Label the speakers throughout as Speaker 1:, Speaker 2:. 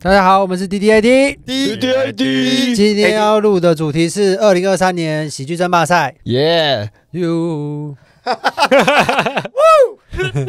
Speaker 1: 大家好，我们是 D D A D，
Speaker 2: D
Speaker 3: D I D
Speaker 1: 今天要录的主题是二零二三年喜剧争霸赛。
Speaker 3: 耶！
Speaker 1: You，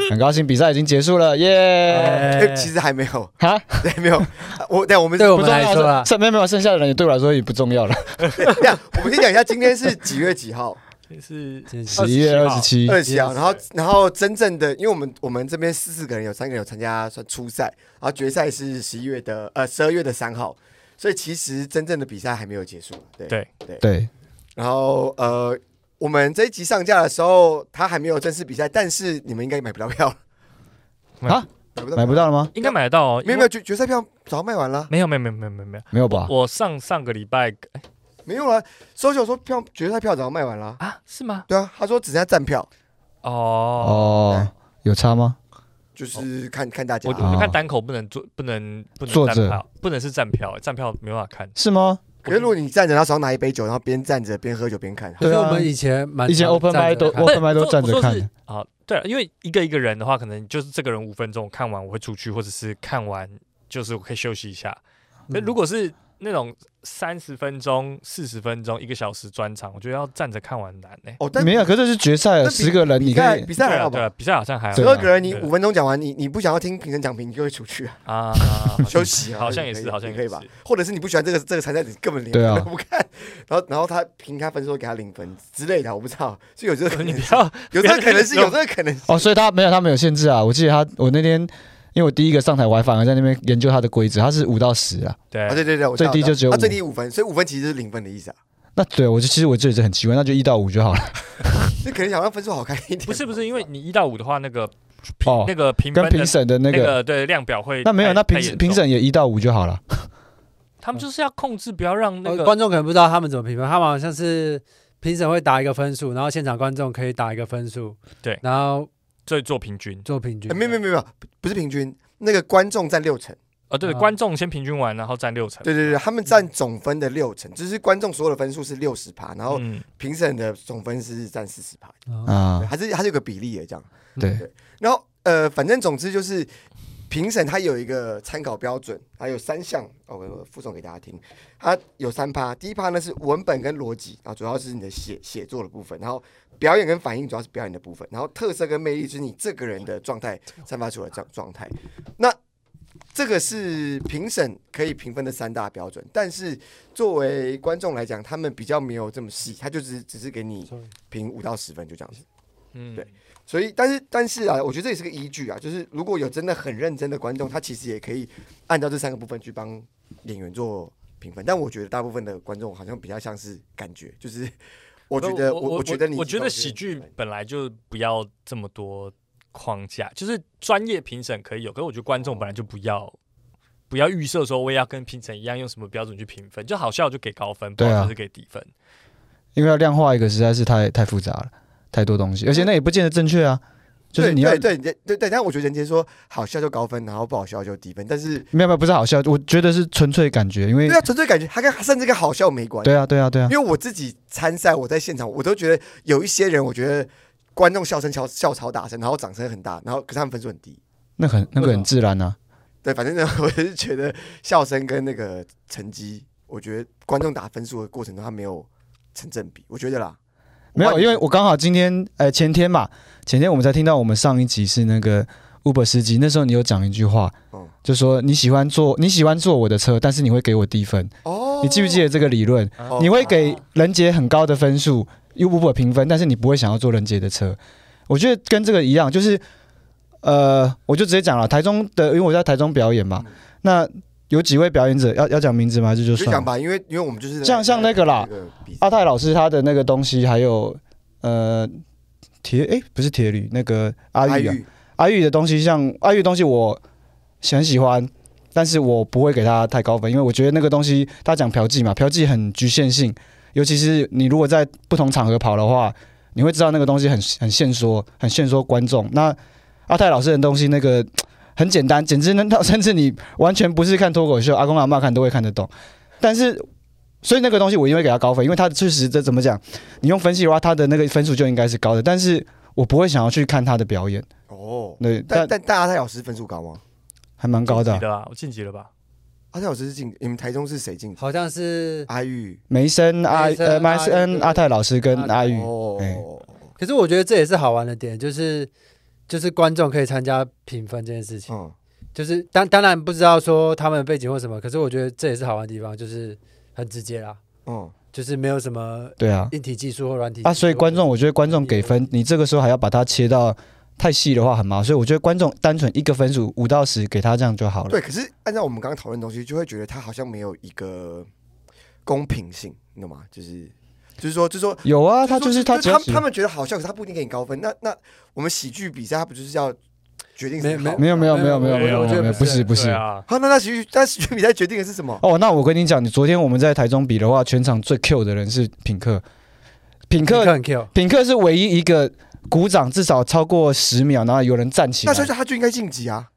Speaker 3: 很高兴比赛已经结束了，耶！
Speaker 2: 哎其实还没有，
Speaker 3: 哈，
Speaker 2: 对，没有。啊我但我们
Speaker 1: 对我
Speaker 3: 不
Speaker 1: 们
Speaker 3: 重
Speaker 1: 来
Speaker 3: 要
Speaker 1: 说
Speaker 3: 了，
Speaker 1: 啊，
Speaker 3: 剩没有没有剩下的人也对我来说也不重要了。
Speaker 2: 这样，我们先讲一下今天是几月几号，
Speaker 4: 是
Speaker 3: 十一月二十七，
Speaker 2: 二十七号。
Speaker 4: Yes
Speaker 2: 然后，然后真正的，因为我们我们这边四四个人，有三个人有参加算初赛，然后决赛是十一月的呃十二月的三号，所以其实真正的比赛还没有结束。对
Speaker 4: 对
Speaker 3: 对，
Speaker 2: 然后呃，我们这一集上架的时候，他还没有正式比赛，但是你们应该买不到票了
Speaker 3: 啊，
Speaker 2: 买不到，
Speaker 3: 买不。到了吗？
Speaker 4: 应该买得到哦，
Speaker 2: 没有没
Speaker 4: 因
Speaker 2: 有
Speaker 4: 为
Speaker 2: 决决赛票早卖完了，
Speaker 4: 没有没有没有没有没有没有，
Speaker 3: 没有
Speaker 2: 啊
Speaker 3: 吧？
Speaker 4: 我上上个礼拜哎
Speaker 2: 没有啊。搜秀说票决赛票早卖完了，
Speaker 4: 啊是吗？
Speaker 2: 对啊，他说只剩下站票，
Speaker 4: 哦，
Speaker 3: 哦，有差吗？哦
Speaker 2: 就是看看大家
Speaker 4: 我
Speaker 2: 啊。
Speaker 4: 我看单口不能坐，不能不能
Speaker 3: 坐
Speaker 4: 站
Speaker 3: 着
Speaker 4: 票，不能是站票，欸站票没办法看。
Speaker 3: 是吗？
Speaker 2: 可是如果你站着，然后手上拿一杯酒，然后边站着边喝酒边看，
Speaker 1: 可
Speaker 3: 对啊
Speaker 1: 是我们以前蛮
Speaker 3: 以前 open
Speaker 1: 站着
Speaker 3: mic 都
Speaker 1: 看
Speaker 3: 我
Speaker 4: 不是
Speaker 3: 本来都
Speaker 4: 我
Speaker 3: 站着
Speaker 4: 我说是
Speaker 3: 看
Speaker 4: 啊，对了，因为一个一个人的话，可能就是这个人五分钟我看完，我会出去，或者是看完就是我可以休息一下。
Speaker 3: 嗯
Speaker 4: 那如果是那种三十分钟、四十分钟、一个小时专场，我觉得要站着看完难呢。
Speaker 2: 哦，但
Speaker 3: 没有，可是这是决赛了，
Speaker 2: 但比
Speaker 3: 十个人
Speaker 2: 比
Speaker 3: 你可
Speaker 2: 赛
Speaker 3: 以
Speaker 2: 比赛
Speaker 4: 对
Speaker 2: 还
Speaker 4: 啊，
Speaker 2: 好
Speaker 4: 对
Speaker 2: 吧
Speaker 4: 啊，？比赛好像还好
Speaker 3: 对
Speaker 2: 十
Speaker 3: 啊
Speaker 2: 二个人，你
Speaker 4: 对
Speaker 2: 五分钟讲完，你你不想要听评审讲评，你就会出去啊，
Speaker 4: 啊，
Speaker 2: 休息啊，
Speaker 4: 好像也
Speaker 2: 可以
Speaker 4: 是，好像
Speaker 2: 也可以
Speaker 4: 也
Speaker 2: 吧
Speaker 4: 是。？
Speaker 2: 或者是你不喜欢这个这个参赛，你根本连
Speaker 3: 对啊
Speaker 2: 都不看，然后然后他评他分数给他零分之类的，我不知道，所以有这个可
Speaker 4: 你
Speaker 2: 能
Speaker 4: 不要
Speaker 2: 有这个可能性，有这个可能性。
Speaker 3: 哦，所以他没有他没有限制啊。我记得他我那天。因为我第一个上台，我还反而在那边研究他的规则，他是五到十啊。
Speaker 4: 对
Speaker 2: 啊，对对对，我知道
Speaker 3: 最低就只有
Speaker 2: 他
Speaker 3: 五
Speaker 2: 最低五分，所以五分其实是零分的意思啊。
Speaker 3: 那对我就其实我这也是很奇怪，那就一到五就好了，
Speaker 2: 这可能想让分数好看一点。
Speaker 4: 不是不是，因为你一到五的话，那个评、
Speaker 3: 哦
Speaker 4: 那个评分
Speaker 3: 跟
Speaker 4: 的
Speaker 3: 评审的那
Speaker 4: 那
Speaker 3: 个
Speaker 4: 对量表会
Speaker 3: 那没有，
Speaker 4: 太
Speaker 3: 那评
Speaker 4: 太严重
Speaker 3: 评审也一到五就好了。
Speaker 4: 他们就是要控制，不要让那
Speaker 1: 呃
Speaker 2: 哦
Speaker 4: 个、
Speaker 1: 观众可能不知道他们怎么评分，他们好像是评审会打一个分数，然后现场观众可以打一个分数，
Speaker 4: 对
Speaker 1: 然后
Speaker 4: 最做平均
Speaker 1: 做平均。啊
Speaker 2: 哎，没有没有没有，没有不是平均，那个观众占六成。
Speaker 4: 哦，对，
Speaker 1: 啊
Speaker 4: 观众先平均完，然后占六成。
Speaker 2: 对对对，他们占总分的六成，就是观众所有的分数是六十趴，然后
Speaker 4: 嗯，
Speaker 2: 评审的总分是占四十趴，
Speaker 1: 哦，
Speaker 3: 啊
Speaker 2: 对，还是还是有个比例的这样。
Speaker 3: 对，
Speaker 2: 然后呃，反正总之就是评审他有一个参考标准，还有三项哦，我附送给大家听。它有三趴，第一趴呢是文本跟逻辑啊，主要是你的写写作的部分，然后表演跟反应主要是表演的部分，然后特色跟魅力就是你这个人的状态散发出来的状状态。那这个是评审可以评分的三大标准，但是作为观众来讲，他们比较没有这么细，他就只只是给你
Speaker 1: Sorry
Speaker 2: 评五到十分，就这样子。
Speaker 4: 嗯
Speaker 2: 对，所以，但是但是啊，我觉得这也是个依据啊，就是如果有真的很认真的观众，他其实也可以按照这三个部分去帮演员做评分。但我觉得大部分的观众好像比较像是感觉，就是我觉得
Speaker 4: 我
Speaker 2: 我觉得你
Speaker 4: 我觉得
Speaker 2: 懂
Speaker 4: 喜剧
Speaker 2: 这个
Speaker 4: 本来就不要这么多框架，就是专业评审可以有，可是我觉得观众本来就不要。不要预设说我也要跟评审一样用什么标准去评分，就好笑就给高分，不
Speaker 3: 对
Speaker 4: 好
Speaker 3: 啊
Speaker 4: 笑就给低分。
Speaker 3: 因为要量化一个实在是太太复杂了，太多东西，而且那也不见得正确啊。就是
Speaker 2: 对
Speaker 3: 你要
Speaker 2: 对对对对对，但我觉得人家说好笑就高分，然后不好笑就低分，但是
Speaker 3: 没有没有不是好笑，我觉得是纯粹感觉，因为
Speaker 2: 对啊，纯粹感觉他跟甚至跟好笑没关系。
Speaker 3: 对啊对啊对啊
Speaker 2: 因为我自己参赛，我在现场，我都觉得有一些人，我觉得观众笑声笑笑超大声，然后掌声很大，然后可是他们分数很低。
Speaker 3: 那很那个很自然啊。
Speaker 2: 对，反正呢， 我是觉得笑声跟那个成绩，我觉得观众打分数的过程中，他没有成正比，我觉得啦。
Speaker 3: 没有，
Speaker 2: 万一
Speaker 3: 因为我刚好今天呃前天嘛，前天我们才听到我们上一集是那个 Uber 司机，那时候你有讲一句话
Speaker 2: 嗯，
Speaker 3: 就说你喜欢坐你喜欢坐我的车，但是你会给我低分，
Speaker 2: 哦，
Speaker 3: 你记不记得这个理论？
Speaker 2: 哦？
Speaker 3: 你会给人杰很高的分数，Uber 评分，但是你不会想要坐人杰的车。我觉得跟这个一样，就是呃，我就直接讲了，台中的，因为我在台中表演嘛，那有几位表演者要要讲名字吗？这就
Speaker 2: 嗯就
Speaker 3: 算
Speaker 2: 讲
Speaker 3: 了。
Speaker 2: 吧，因为因为我们就是
Speaker 3: 像像那个啦，
Speaker 2: 比
Speaker 3: 阿泰老师他的那个东西，还有呃铁诶，不是铁铝，那个阿玉、啊、
Speaker 2: 玉
Speaker 3: 阿玉的东西像，阿玉的东西我很喜欢，但是我不会给他太高分，因为我觉得那个东西他讲嫖妓嘛，嫖妓很局限性，尤其是你如果在不同场合跑的话，你会知道那个东西很很限缩，很限缩观众。那阿泰老师的东西那个很简单，简直能到甚至你完全不是看脱口秀，阿公阿嬷看都会看得懂，但是。所以那个东西我一定会给他高分，因为他确实这怎么讲，你用分析的话，他的那个分数就应该是高的，但是我不会想要去看他的表演，
Speaker 2: 哦，
Speaker 3: 对，
Speaker 2: 但但大家泰老师分数高吗？
Speaker 3: 还蛮高的啊、
Speaker 4: 晋级了吧？我晋级了吧？
Speaker 2: 啊阿泰老师是进，你们台中是谁进？
Speaker 1: 好像是，
Speaker 2: 阿玉
Speaker 3: 梅森阿
Speaker 1: 梅森
Speaker 3: 呃梅
Speaker 1: 阿
Speaker 3: 森
Speaker 1: 玉
Speaker 3: 阿泰老师跟阿玉，哎
Speaker 2: 哦，
Speaker 1: 可是我觉得这也是好玩的点，就是就是观众可以参加评分这件事情，
Speaker 2: 嗯，
Speaker 1: 就是当当然不知道说他们的背景或什么，可是我觉得这也是好玩的地方，就是很直接啦，
Speaker 2: 哦，
Speaker 1: 就是没有什么
Speaker 3: 对啊
Speaker 1: 硬体技术或软体技术
Speaker 3: 啊，所以观众我觉得观众给分，你这个时候还要把它切到太细的话很麻烦，所以我觉得观众单纯一个分数五到十给他这样就好了。
Speaker 2: 对。可是按照我们刚刚讨论的东西，就会觉得他好像没有一个公平性，你懂吗？就是就是说，就是说
Speaker 3: 有啊，他就是他只
Speaker 2: 他
Speaker 3: 要
Speaker 2: 们他们觉得好笑，可是他不一定给你高分。那那我们喜剧比赛，他不就是要决定
Speaker 1: 没
Speaker 2: 谁好
Speaker 3: 没有没有没有没有
Speaker 4: 没
Speaker 3: 没
Speaker 4: 有
Speaker 3: 有
Speaker 4: 我觉
Speaker 3: 没
Speaker 4: 得
Speaker 3: 有，
Speaker 1: 不
Speaker 3: 不
Speaker 1: 是
Speaker 3: 是不是
Speaker 4: 对。啊，
Speaker 2: 好，那那喜剧那喜剧比赛决定的是什么？
Speaker 3: 哦，那我跟你讲，你昨天我们在台中比的话，全场最 Q 的人是品客，品
Speaker 1: 客
Speaker 3: 客
Speaker 1: 很 Q，
Speaker 3: 品客是唯一一个鼓掌至少超过十秒，然后有人站起
Speaker 2: 那
Speaker 3: 来
Speaker 2: 所，以他就应该晋级啊。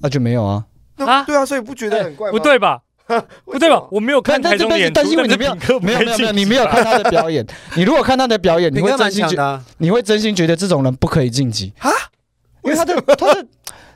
Speaker 3: 那就没有啊。
Speaker 2: 那、
Speaker 4: 啊哎
Speaker 2: 对啊，所以不觉得很怪吗？
Speaker 4: 不对吧？
Speaker 2: 为什么，
Speaker 4: 不对吧？我没有看
Speaker 3: 但但
Speaker 4: 台中
Speaker 3: 但
Speaker 4: 的
Speaker 3: 是
Speaker 4: 演出，
Speaker 3: 但是因为你没有
Speaker 4: 品客 不
Speaker 3: 没有
Speaker 4: 会啊
Speaker 3: 没有没
Speaker 4: 晋
Speaker 3: 有，
Speaker 4: 级
Speaker 3: 你没有
Speaker 4: 吧
Speaker 3: 看他的 表演，你如果看他的表演，你
Speaker 1: 品
Speaker 3: 会
Speaker 1: 哥
Speaker 3: 真
Speaker 1: 蛮
Speaker 3: 心
Speaker 1: 强
Speaker 3: 觉
Speaker 1: 的啊，
Speaker 3: 你会真心觉得这种人不可以晋级
Speaker 2: 啊，
Speaker 3: 因为他的他的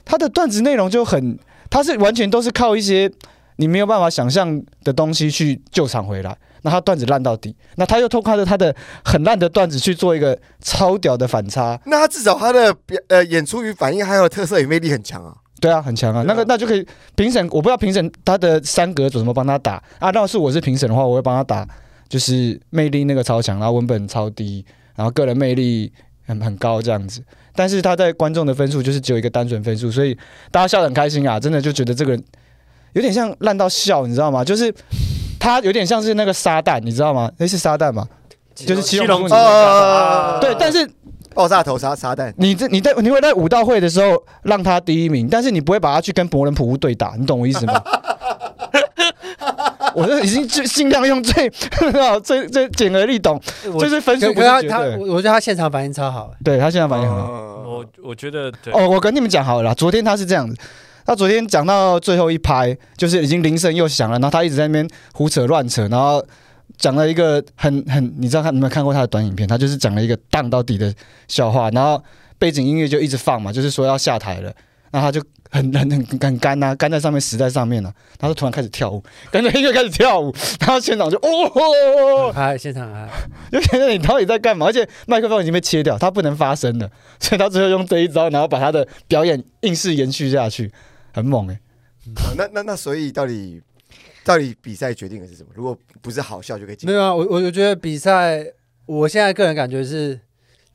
Speaker 3: 他的段子内容就很，他是完全都是靠一些你没有办法想象的东西去救场回来，那他段子烂到底，那他又透过他的很烂的段子去做一个超屌的反差，
Speaker 2: 那他至少他的表呃演出与反应还有特色与魅力很强啊。
Speaker 3: 对啊，很强啊，
Speaker 2: 对啊
Speaker 3: 那个那就可以评审，我不知道评审他的三格怎么帮他打啊，那要是我是评审的话，我会帮他打，就是魅力那个超强，然后文本超低，然后个人魅力很很高这样子，但是他在观众的分数就是只有一个单纯分数，所以大家笑得很开心啊，真的就觉得这个人有点像烂到笑，你知道吗？就是他有点像是那个撒旦，你知道 吗？那是撒旦嘛？就是七龙珠
Speaker 4: 七龙珠
Speaker 2: 啊
Speaker 3: 对，但是
Speaker 2: 爆炸头杀撒旦，
Speaker 3: 你这你在你会在武道会的时候让他第一名，但是你不会把他去跟伯伦普乌对打，你懂我意 思吗？我这已经尽尽量用最 最最简而易懂，
Speaker 1: 我
Speaker 3: 就是分数
Speaker 1: 可
Speaker 3: 不
Speaker 1: 可
Speaker 3: 是
Speaker 1: 他
Speaker 3: 绝
Speaker 1: 他，
Speaker 3: 对。
Speaker 1: 我我觉得他现场反应超好，
Speaker 3: 对他现在反应很好。
Speaker 2: 哦
Speaker 4: 我我觉得对，
Speaker 3: 哦，我跟你们讲好了啦，昨天他是这样子，他昨天讲到最后一拍，就是已经铃声又响了，然后他一直在那边胡扯乱扯，然后讲了一个很很，你知道他你有没有看过他的短影片？他就是讲了一个荡到底的笑话，然后背景音乐就一直放嘛，就是说要下台了。然后他就很很很很干呐、干在上面，死在上面了、然后就突然开始跳舞，跟着音乐开始跳舞，然后现场就哦哦哦哦哦
Speaker 1: 很，嗨，哎现场很嗨，
Speaker 3: 就觉得你到底在干嘛？而且麦克风已经被切掉，他不能发声了， 所以他最后用这一招，然后把他的表演硬是延续下去，很猛哎、
Speaker 2: 那那那所以到底到底比赛决定的是什么？如果不是好笑就可以进
Speaker 1: 没，有啊，我我我觉得比赛，我现在个人感觉是，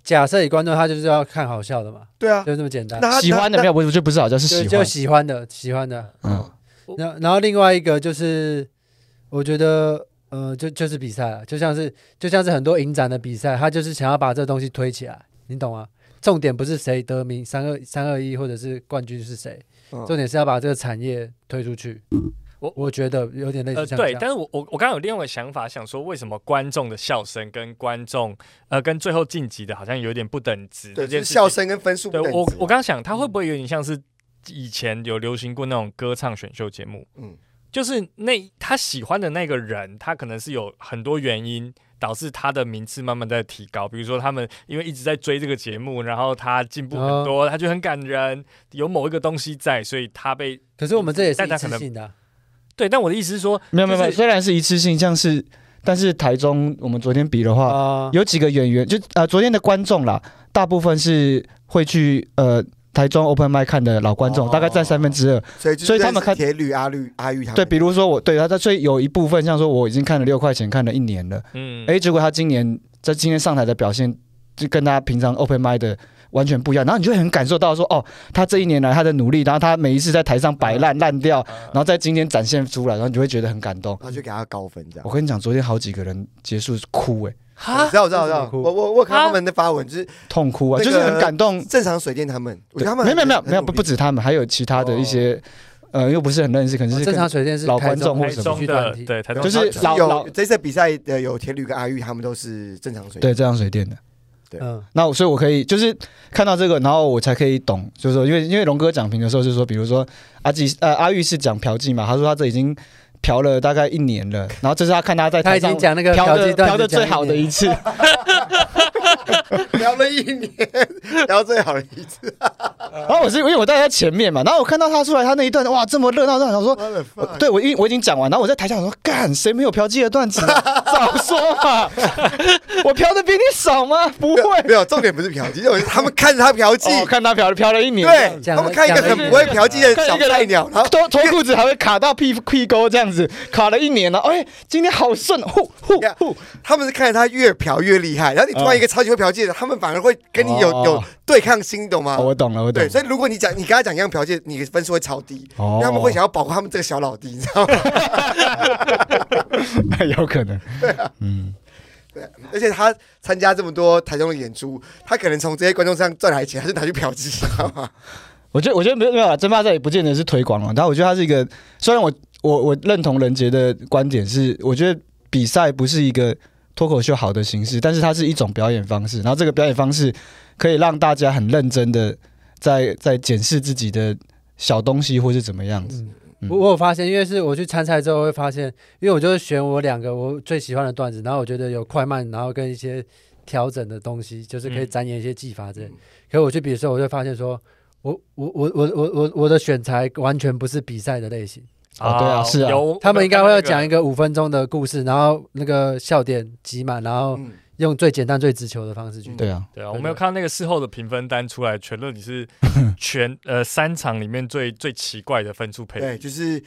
Speaker 1: 假设以观众他就是要看好笑的嘛，
Speaker 2: 对啊。
Speaker 1: 就这么简单，
Speaker 2: 那他
Speaker 3: 喜欢的没有，我我觉得不是好笑，是
Speaker 1: 就
Speaker 3: 喜
Speaker 1: 就
Speaker 3: 欢。
Speaker 1: 喜欢的喜欢的，
Speaker 3: 嗯，
Speaker 1: 然后然后另外一个就是，我觉得呃，就就是比赛了，就像是就像是很多影展的比赛，他就是想要把这东西推起来，你懂吗？重点不是谁得名三二三二一或者是冠军是谁，
Speaker 2: 嗯
Speaker 1: 重点是要把这个产业推出去。
Speaker 4: 我
Speaker 1: 我觉得有点类似
Speaker 4: 呃，
Speaker 1: 像这
Speaker 4: 对，
Speaker 1: 样，
Speaker 4: 但是我我我刚刚有另外一个想法，想说为什么观众的笑声跟观众呃跟最后晋级的好像有点不等值这
Speaker 2: 对，就
Speaker 4: 件
Speaker 2: 是
Speaker 4: 事情
Speaker 2: 笑声跟分数
Speaker 4: 对
Speaker 2: 不等啊
Speaker 4: 我
Speaker 2: 值
Speaker 4: 我刚想，他会不会有点像是以前有流行过那种歌唱选秀节目？
Speaker 2: 嗯
Speaker 4: 就是那他喜欢的那个人，他可能是有很多原因导致他的名次慢慢在提高。比如说他们因为一直在追这个节目，然后他进步很多，他就很感人，有某一个东西在，所以他被
Speaker 1: 可是我们这也是
Speaker 4: 但
Speaker 1: 一
Speaker 4: 他可
Speaker 1: 次
Speaker 4: 能
Speaker 1: 性的啊、
Speaker 4: 对。但我的意思是说，
Speaker 3: 没有没有没有，
Speaker 4: 就是
Speaker 3: 虽然是一次性，像是，但是台中我们昨天比的话，
Speaker 1: 啊
Speaker 3: 有几个演员，就呃昨天的观众啦，大部分是会去呃台中 open mic 看的老观众，
Speaker 2: 哦啊
Speaker 3: 大概占三分之二。
Speaker 2: 所以就是
Speaker 3: 所以他们看
Speaker 2: 铁律阿绿阿玉他们
Speaker 3: 对，比如说我对他，所以有一部分像说我已经看了六块钱，看了一年了。
Speaker 4: 嗯，
Speaker 3: 哎、结果他今年在今天上台的表现，就跟他平常 open m i 的完全不一样。然后你就会很感受到说，哦，他这一年来他的努力，然后他每一次在台上摆烂烂掉，然后在今天展现出来，然后你就会觉得很感动。
Speaker 2: 然后就给他高分这样
Speaker 3: 我。跟你讲，昨天好几个人结束哭、诶，
Speaker 1: 啊
Speaker 2: 我
Speaker 4: 哈
Speaker 2: 知，道，我知道，我
Speaker 1: 为
Speaker 2: 知
Speaker 1: 什么
Speaker 2: 道。
Speaker 1: 哭
Speaker 2: 我我我有看
Speaker 3: 啊
Speaker 2: 他们的发文，就是
Speaker 3: 痛哭啊，
Speaker 2: 那个
Speaker 3: 就是很感动。
Speaker 2: 正常水电他们，我觉得他们
Speaker 3: 没有没有没
Speaker 2: 很
Speaker 3: 有没有不不，
Speaker 2: 很努力
Speaker 3: 止他们，还有其他的一些，呃，又不是很认识，可能是
Speaker 1: 哦
Speaker 2: 哦
Speaker 1: 正
Speaker 3: 更
Speaker 1: 常水电是
Speaker 3: 老
Speaker 1: 台
Speaker 3: 观众
Speaker 1: 中
Speaker 3: 或
Speaker 4: 台
Speaker 3: 什么
Speaker 4: 中的对台中
Speaker 3: 就是
Speaker 2: 然
Speaker 3: 老
Speaker 2: 后有
Speaker 3: 老
Speaker 2: 这次比赛的有铁律跟阿玉，他们都是正常水电。
Speaker 3: 对这样水电的。
Speaker 2: 对
Speaker 1: 嗯，
Speaker 3: 那我所以，我可以就是看到这个，然后我才可以懂，就是说，因为因为龙哥讲评的时候是说，比如说阿季呃阿玉是讲嫖妓嘛，他说他这已经嫖了大概一年了，然后这是他看他在
Speaker 1: 他
Speaker 3: 台
Speaker 1: 已
Speaker 3: 上
Speaker 1: 经讲那个
Speaker 3: 嫖
Speaker 1: 嫖
Speaker 3: 的
Speaker 1: 妓段
Speaker 3: 嫖的
Speaker 1: 子讲
Speaker 3: 最
Speaker 1: 一
Speaker 3: 好的
Speaker 1: 年
Speaker 3: 一次，
Speaker 2: 聊了一年，聊最好的一次。
Speaker 3: 然后我是因为我站在前面嘛，然后我看到他出来，他那一段哇这么热闹，那我想说，
Speaker 2: What the
Speaker 3: 我
Speaker 2: fuck？
Speaker 3: 对我因为我已经讲完，然后我在台下想说，干谁没有嫖妓的段子、 啊？早说嘛，我嫖的比你少吗？不会，
Speaker 2: 没有，重点不是嫖妓，就是他们看着他嫖
Speaker 3: 哦，
Speaker 2: 妓，
Speaker 3: 看他嫖了嫖了一年，
Speaker 2: 对
Speaker 1: 讲
Speaker 2: 他们看一个
Speaker 1: 讲
Speaker 2: 很
Speaker 1: 了一
Speaker 2: 不会嫖妓的
Speaker 3: 看
Speaker 2: 小
Speaker 3: 一个
Speaker 2: 菜
Speaker 3: 人
Speaker 2: 鸟，然后
Speaker 3: 脱脱裤子还会卡到屁屁沟这样子，卡了一年了。哎，今天好顺，呼呼
Speaker 2: 呀
Speaker 3: 呼，
Speaker 2: 他们是看着他越嫖越厉害，然后你突然一个超级会嫖妓的，他们反而会跟你有
Speaker 3: 哦
Speaker 2: 有对抗心，你懂吗
Speaker 3: 哦？我懂了，我懂
Speaker 2: 对，
Speaker 3: 了。哦
Speaker 2: 所以如果你讲你跟他讲一样嫖妓，你的分数会超低，因
Speaker 1: 哦
Speaker 2: 为他们会想要保护他们这个小老弟，你知道吗？
Speaker 3: 有可能，嗯，
Speaker 2: 对，而且他参加这么多台中的演出，他可能从这些观众身上赚来的钱，他就拿去嫖妓，你知道吗？
Speaker 3: 我觉得我觉得没有没有啦，争霸赛也不见得是推广了，但我觉得它是一个，虽然我我我认同任杰的观点是，我觉得比赛不是一个脱口秀好的形式，但是它是一种表演方式，然后这个表演方式可以让大家很认真的在在检视自己的小东西或是怎么样子。
Speaker 1: 嗯
Speaker 3: 嗯
Speaker 1: 我我有发现，因为是我去参赛之后会发现，因为我就是选我两个我最喜欢的段子，然后我觉得有快慢，然后跟一些调整的东西，就是可以
Speaker 4: 嗯
Speaker 1: 展演一些技法之类。可是我去比的时候，我就发现说，我我我我我我我的选材完全不是比赛的类型，
Speaker 3: 哦对啊是啊
Speaker 4: 有
Speaker 1: 他们应该会要讲
Speaker 4: 有
Speaker 1: 一个五分钟的故事，然后那个笑点挤满，然
Speaker 4: 哦
Speaker 1: 后
Speaker 2: 嗯，
Speaker 1: 用最简单最直球的方式去。
Speaker 3: 对啊，
Speaker 4: 对啊，我们有看到那个事后的评分单出来，全乐你 是全呃三场里面最最奇怪的分数配
Speaker 2: 对，
Speaker 4: 比，
Speaker 2: 就是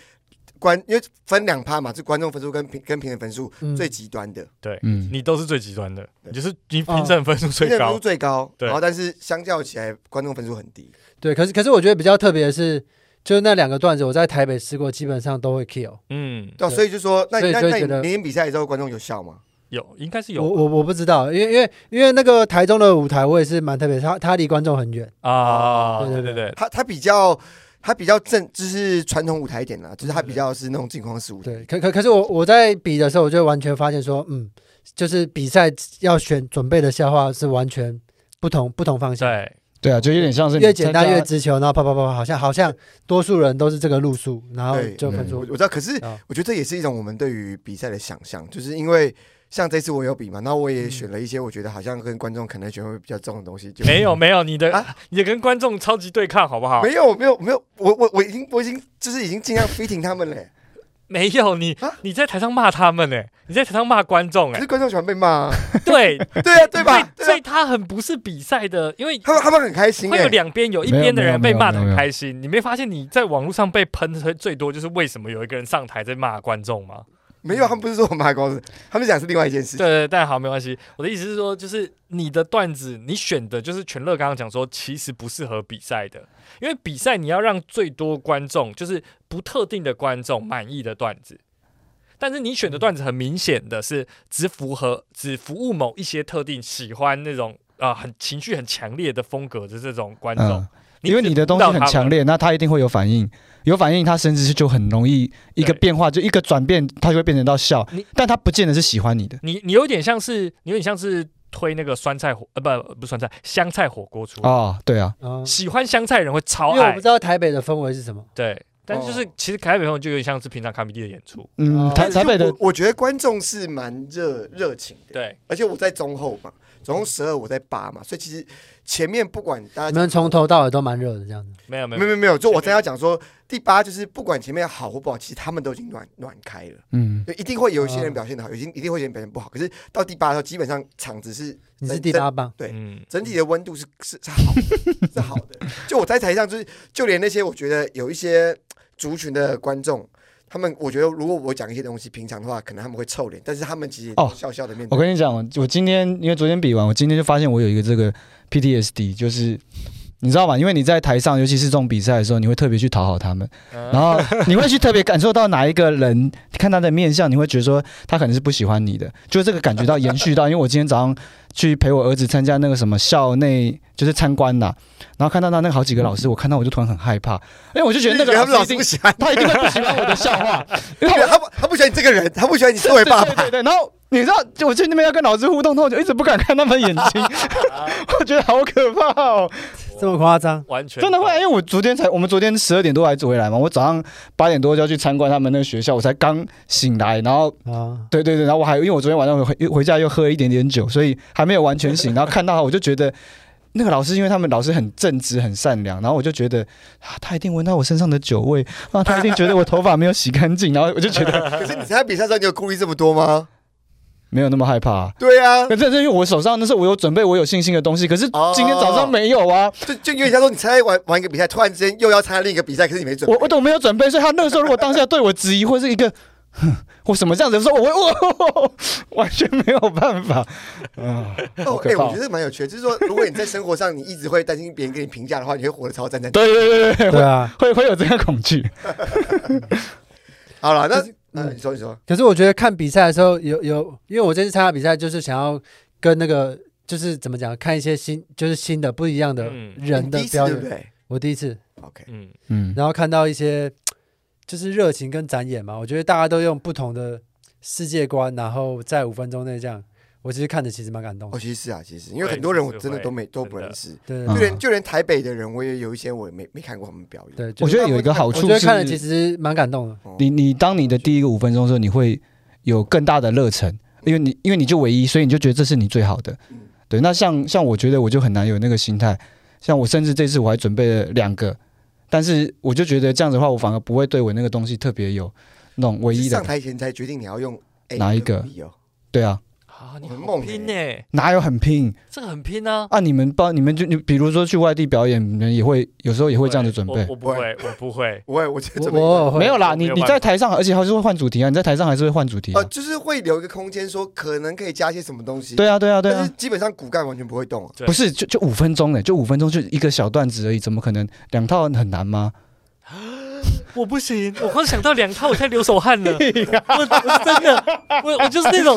Speaker 2: 观，因为分两趴嘛，是观众分数跟评跟评审分数
Speaker 1: 嗯
Speaker 2: 最极端的，
Speaker 3: 嗯，
Speaker 4: 你都是最极端的，
Speaker 2: 对
Speaker 4: 你就是你评审分数
Speaker 2: 评
Speaker 4: 最
Speaker 2: 审分数
Speaker 4: 高，
Speaker 2: 最高，
Speaker 4: 对
Speaker 2: 然后但是相较起来，观众分数很低。
Speaker 1: 对，可是可是我觉得比较特别的是，就是那两个段子我在台北试过，基本上都会 kill。
Speaker 4: 嗯，
Speaker 2: 对啊，
Speaker 1: 对
Speaker 2: 所以就说，那
Speaker 1: 所以
Speaker 2: 那
Speaker 1: 就会
Speaker 2: 那你
Speaker 1: 觉得
Speaker 2: 明天比赛的时候，观众有笑吗？
Speaker 4: 有应该是
Speaker 1: 我
Speaker 4: 有
Speaker 1: 我我不知道，因为因为因为那个台中的舞台我也是蛮特别，它它离观众很远，
Speaker 4: 啊，
Speaker 1: 对
Speaker 4: 对
Speaker 1: 对
Speaker 4: 对对，
Speaker 2: 他他比较他比较正，就是传统舞台一点啦，
Speaker 1: 嗯
Speaker 2: 就是他比较是那种镜框式舞台。
Speaker 1: 对，可可可是我我在比的时候，我就完全发现说，嗯，就是比赛要选准备的笑话是完全不同不同方向，
Speaker 4: 对，
Speaker 3: 对啊，就有点像是你
Speaker 1: 越简单
Speaker 3: 参加
Speaker 1: 越直球，然后啪啪啪啪，好像好像多数人都是这个路数，然后
Speaker 2: 对嗯
Speaker 1: 就分
Speaker 2: 我
Speaker 1: 出
Speaker 2: 我知道，可是
Speaker 1: 啊
Speaker 2: 我觉得这也是一种我们对于比赛的想象，就是因为像这次我有比嘛，那我也选了一些我觉得好像跟观众可能选会比较重的东西，就
Speaker 4: 没有没有你的
Speaker 2: 啊
Speaker 4: 你的跟观众超级对抗好不好？
Speaker 2: 没有没有没有，我我我已经我已经就是已经尽量 fitting 他 们嘞，
Speaker 4: 没有你
Speaker 2: 啊
Speaker 4: 你在台上骂他们呢，你在台上骂观众
Speaker 2: 可
Speaker 4: 哎
Speaker 2: 是，观众喜欢被骂、啊，
Speaker 4: 对
Speaker 2: 对啊对吧？
Speaker 4: 所以所
Speaker 2: 对
Speaker 4: 以
Speaker 2: 啊，
Speaker 4: 他很不是比赛的，因为
Speaker 2: 他们他们很开心
Speaker 4: 会有
Speaker 2: 哎，
Speaker 4: 两边，有一
Speaker 3: 没有
Speaker 4: 边的
Speaker 3: 没有
Speaker 4: 人被
Speaker 3: 没有
Speaker 4: 骂
Speaker 3: 没
Speaker 4: 的
Speaker 3: 有
Speaker 4: 很
Speaker 3: 没有
Speaker 4: 开心。你没发现你在网络上被喷的最多就是为什么有一个人上台在骂观众吗？
Speaker 2: 没有，他们不是说我骂公司，他们讲是另外一件事
Speaker 4: 对，对，但好没关系。我的意思是说，就是你的段子，你选的就是全乐刚刚讲说，其实不适合比赛的，因为比赛你要让最多观众，就是不特定的观众满意的段子。但是你选的段子很明显的是只符合只服务某一些特定喜欢那种啊、呃很情绪很强烈的风格的这种观众，
Speaker 3: 嗯，因为
Speaker 4: 只
Speaker 3: 你的
Speaker 4: 服
Speaker 3: 东
Speaker 4: 务到
Speaker 3: 西很
Speaker 4: 他们
Speaker 3: 强烈，那他一定会有反应，有反应，他甚至是就很容易一个
Speaker 4: 对
Speaker 3: 变化，就一个转变，他就会变成到笑
Speaker 4: 你，
Speaker 3: 但他不见得是喜欢你的
Speaker 4: 你你有点像是，你有点像是推那个酸菜火，呃，不不是酸菜，香菜火锅出来。
Speaker 3: 哦，对啊，
Speaker 1: 啊，
Speaker 4: 喜欢香菜的人会超
Speaker 1: 因为我
Speaker 4: 爱
Speaker 1: 不，知道台北的氛围是什么，
Speaker 4: 对。但是就是、
Speaker 2: 哦
Speaker 4: 其实台北朋友就有点像是平常卡米蒂的演出，
Speaker 3: 嗯，
Speaker 1: 哦
Speaker 3: 台台北的
Speaker 2: 我我觉得观众是蛮热热情的，
Speaker 4: 对，
Speaker 2: 而且我在中后嘛，总共十二，我在八嘛，所以其实前面不管大
Speaker 1: 你
Speaker 2: 家
Speaker 1: 们从头到尾都蛮热的这样子，
Speaker 4: 没有没
Speaker 2: 没有
Speaker 4: 有
Speaker 2: 没有没有，就我真要讲说，第八就是不管前面好或不好，其实他们都已经暖暖开了，
Speaker 3: 嗯，啊
Speaker 2: 就一定会有一些人表现的好，有一定一定会有些人表现不好，可是到第八的时候，基本上场子是
Speaker 1: 你是
Speaker 2: 整
Speaker 1: 第
Speaker 2: 整
Speaker 1: 八棒，
Speaker 2: 对
Speaker 4: 嗯，
Speaker 2: 整体的温度是是是好 的是好的，就我在台上就是就连那些我觉得有一些族群的观众。他们，我觉得如果我讲一些东西，平常的话，可能他们会臭脸，但是他们其实
Speaker 3: 哦
Speaker 2: 笑笑的面
Speaker 3: 我
Speaker 2: 对。
Speaker 3: 跟你讲，我今天因为昨天比完，我今天就发现我有一个这个 PTSD，就是。你知道吗？因为你在台上，尤其是这种比赛的时候，你会特别去讨好他们，然后你会去特别感受到哪一个人，看他的面相，你会觉得说他可能是不喜欢你的，就这个感觉到延续到。因为我今天早上去陪我儿子参加那个什么校内，就是参观呐、然后看到他那好几个老师，我看到我就突然很害怕，因为我就觉得那个
Speaker 2: 他们老
Speaker 3: 老师
Speaker 2: 师
Speaker 3: 一
Speaker 2: 不
Speaker 3: 定
Speaker 2: 喜欢，
Speaker 3: 他一定会不喜欢我的笑话，因为
Speaker 2: 对
Speaker 3: 我
Speaker 2: 他不他不喜欢你这个人，他不喜欢你作为 爸
Speaker 3: 对
Speaker 2: 爸。
Speaker 3: 对对，然后你知道我去那边要跟老师互动，然后我就一直不敢看他们眼 睛，我觉得好可怕哦，
Speaker 1: 这么夸张？
Speaker 4: 完全
Speaker 3: 真的会，啊因为我昨天才，我们昨天十二点多才回来嘛，我早上八点多就要去参观他们那个学校，我才刚醒来，然后
Speaker 1: 啊，
Speaker 3: 对对对，然后我还因为我昨天晚上回回家又喝了一点点酒，所以还没有完全醒，然后看到他我就觉得。那个老师，因为他们老师很正直、很善良，然后我就觉得啊，他一定闻到我身上的酒味啊，他一定觉得我头发没有洗干净，然后我就觉得
Speaker 2: 可是你参加比赛的时候，你有顾虑这么多吗？
Speaker 3: 没有那么害怕、
Speaker 2: 对啊，
Speaker 3: 可这这因为我手 上那时候我有准备，我有信心的东西，可是今天早上没有啊，
Speaker 2: 就就有点像说你参加完完一个比赛，突然之间又要参加另一个比赛，可是你没准备
Speaker 3: 我。我都没有准备，所以他那个时候如果当下对我质疑或是一个。哼我什么这样子说，我会我 完全没有办法，啊，
Speaker 2: 哦
Speaker 3: 好，
Speaker 2: 哎、
Speaker 3: 可怕
Speaker 2: 我觉得蛮有趣的，就是说，如果你在生活上你一直会担心别人给你评价的话，你会活得超战战。
Speaker 3: 对对对对对，
Speaker 1: 对啊。
Speaker 3: 会会有这样恐惧，
Speaker 2: 好了，那
Speaker 1: 可是
Speaker 2: 那、
Speaker 1: 嗯
Speaker 2: 你说你说，
Speaker 1: 可是我觉得看比赛的时候有有，因为我这次参加比赛就是想要跟那个就是怎么讲，看一些新就是新的不一样的
Speaker 4: 嗯
Speaker 1: 人的
Speaker 2: 你第一次
Speaker 1: 表
Speaker 2: 对
Speaker 1: 演。
Speaker 2: 不对
Speaker 1: 我第一次，
Speaker 2: ？OK，
Speaker 4: 嗯，
Speaker 3: 嗯，
Speaker 1: 然后看到一些就是热情跟展演嘛，我觉得大家都用不同的世界观，然后在五分钟内这样，我其实看着其实蛮感动
Speaker 2: 哦，
Speaker 1: 的。
Speaker 2: 其实是啊，其实因为
Speaker 4: 对
Speaker 2: 很多人
Speaker 4: 其
Speaker 2: 我
Speaker 4: 实
Speaker 2: 真的
Speaker 4: 会
Speaker 2: 都没都不
Speaker 4: 真的
Speaker 2: 认识，
Speaker 1: 对对
Speaker 3: 嗯
Speaker 2: 就连就连台北的人，我也有一些我也没没看过他们表演。
Speaker 1: 对，
Speaker 3: 我觉得有一个好
Speaker 1: 我
Speaker 3: 处
Speaker 1: 觉
Speaker 3: 是
Speaker 1: 得，看了其实蛮感动的。
Speaker 2: 哦，
Speaker 3: 你你当你的第一个五分钟的时候，你会有更大的热忱，因为你因为你就唯一，所以你就觉得这是你最好的
Speaker 2: 嗯。
Speaker 3: 对，那像像我觉得我就很难有那个心态，像我甚至这次我还准备了两个，但是我就觉得这样子的话，我反而不会对我那个东西特别有那种唯
Speaker 2: 是
Speaker 3: 一的
Speaker 2: 上，台前才决定你要用 A
Speaker 3: 哪一
Speaker 2: 跟
Speaker 3: 个
Speaker 2: B 哦，
Speaker 3: 对啊，
Speaker 4: 啊，
Speaker 2: 你
Speaker 4: 你
Speaker 2: 很猛
Speaker 4: 好
Speaker 2: 欸
Speaker 4: 拼呢，
Speaker 3: 哪有很拼
Speaker 4: 这个很拼啊。
Speaker 3: 啊？你们帮你们就你比如说去外地表演，你们也会有时候也会这样子准备
Speaker 4: 我，我不会，我不会。
Speaker 2: 我也我觉得
Speaker 1: 我
Speaker 2: 准备
Speaker 1: 我偶尔会
Speaker 3: 没有啦，
Speaker 4: 我没
Speaker 3: 你
Speaker 4: 有
Speaker 3: 你
Speaker 4: 办
Speaker 3: 在
Speaker 4: 法哦
Speaker 3: 台上，而且还是会换主题啊，你在台上还是会换主题啊
Speaker 2: 呃，，就是会留一个空间，说可能可以加些什么东西。
Speaker 3: 对啊对啊对
Speaker 2: 但
Speaker 3: 啊
Speaker 2: 是。基本上骨干完全不会动啊。
Speaker 4: 对
Speaker 3: 不是，就就五分钟呢，就五分钟，就一个小段子而已，怎么可能两套很难吗？
Speaker 4: 我不行，我光想到两套，我在流手汗
Speaker 2: 哎
Speaker 4: 了。我我真的，我我就是那种，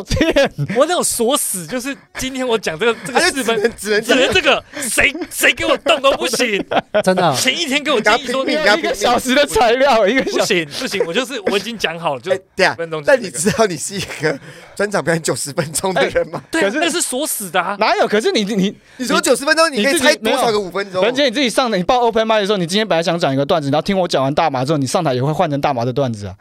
Speaker 4: 我那种锁死，就是今天我讲这个这个
Speaker 2: 他就只
Speaker 4: 四分，
Speaker 2: 哎能只能
Speaker 4: 只能这个，谁谁给我动都不 行。
Speaker 1: 真的啊、
Speaker 3: 嗯
Speaker 4: 前一天给我建议说
Speaker 2: 你
Speaker 4: 你
Speaker 2: 给他
Speaker 3: 一
Speaker 2: 拼
Speaker 3: 个
Speaker 2: 命
Speaker 3: 小时的材料，一个
Speaker 4: 不
Speaker 3: 小时，
Speaker 4: 行不行，我就是我已经讲好了，就
Speaker 2: 哎，对啊
Speaker 4: 五，分钟就
Speaker 2: 但
Speaker 4: 是
Speaker 2: 你
Speaker 4: 这
Speaker 2: 知
Speaker 4: 个。
Speaker 2: 道你是一个专场表演九十分钟的人吗？
Speaker 4: 对
Speaker 3: 可
Speaker 4: 啊，
Speaker 3: 是
Speaker 4: 那是锁死的啊。
Speaker 3: 哪有？可是你你
Speaker 2: 你说九十分钟，你可以
Speaker 3: 你自己
Speaker 2: 猜多少个五分钟？
Speaker 3: 文杰你自己上的，你报 open m i 的时候，你今天本来想讲一个段子，然后听我讲完大麻之后，你上台也会换成大麻的段子啊。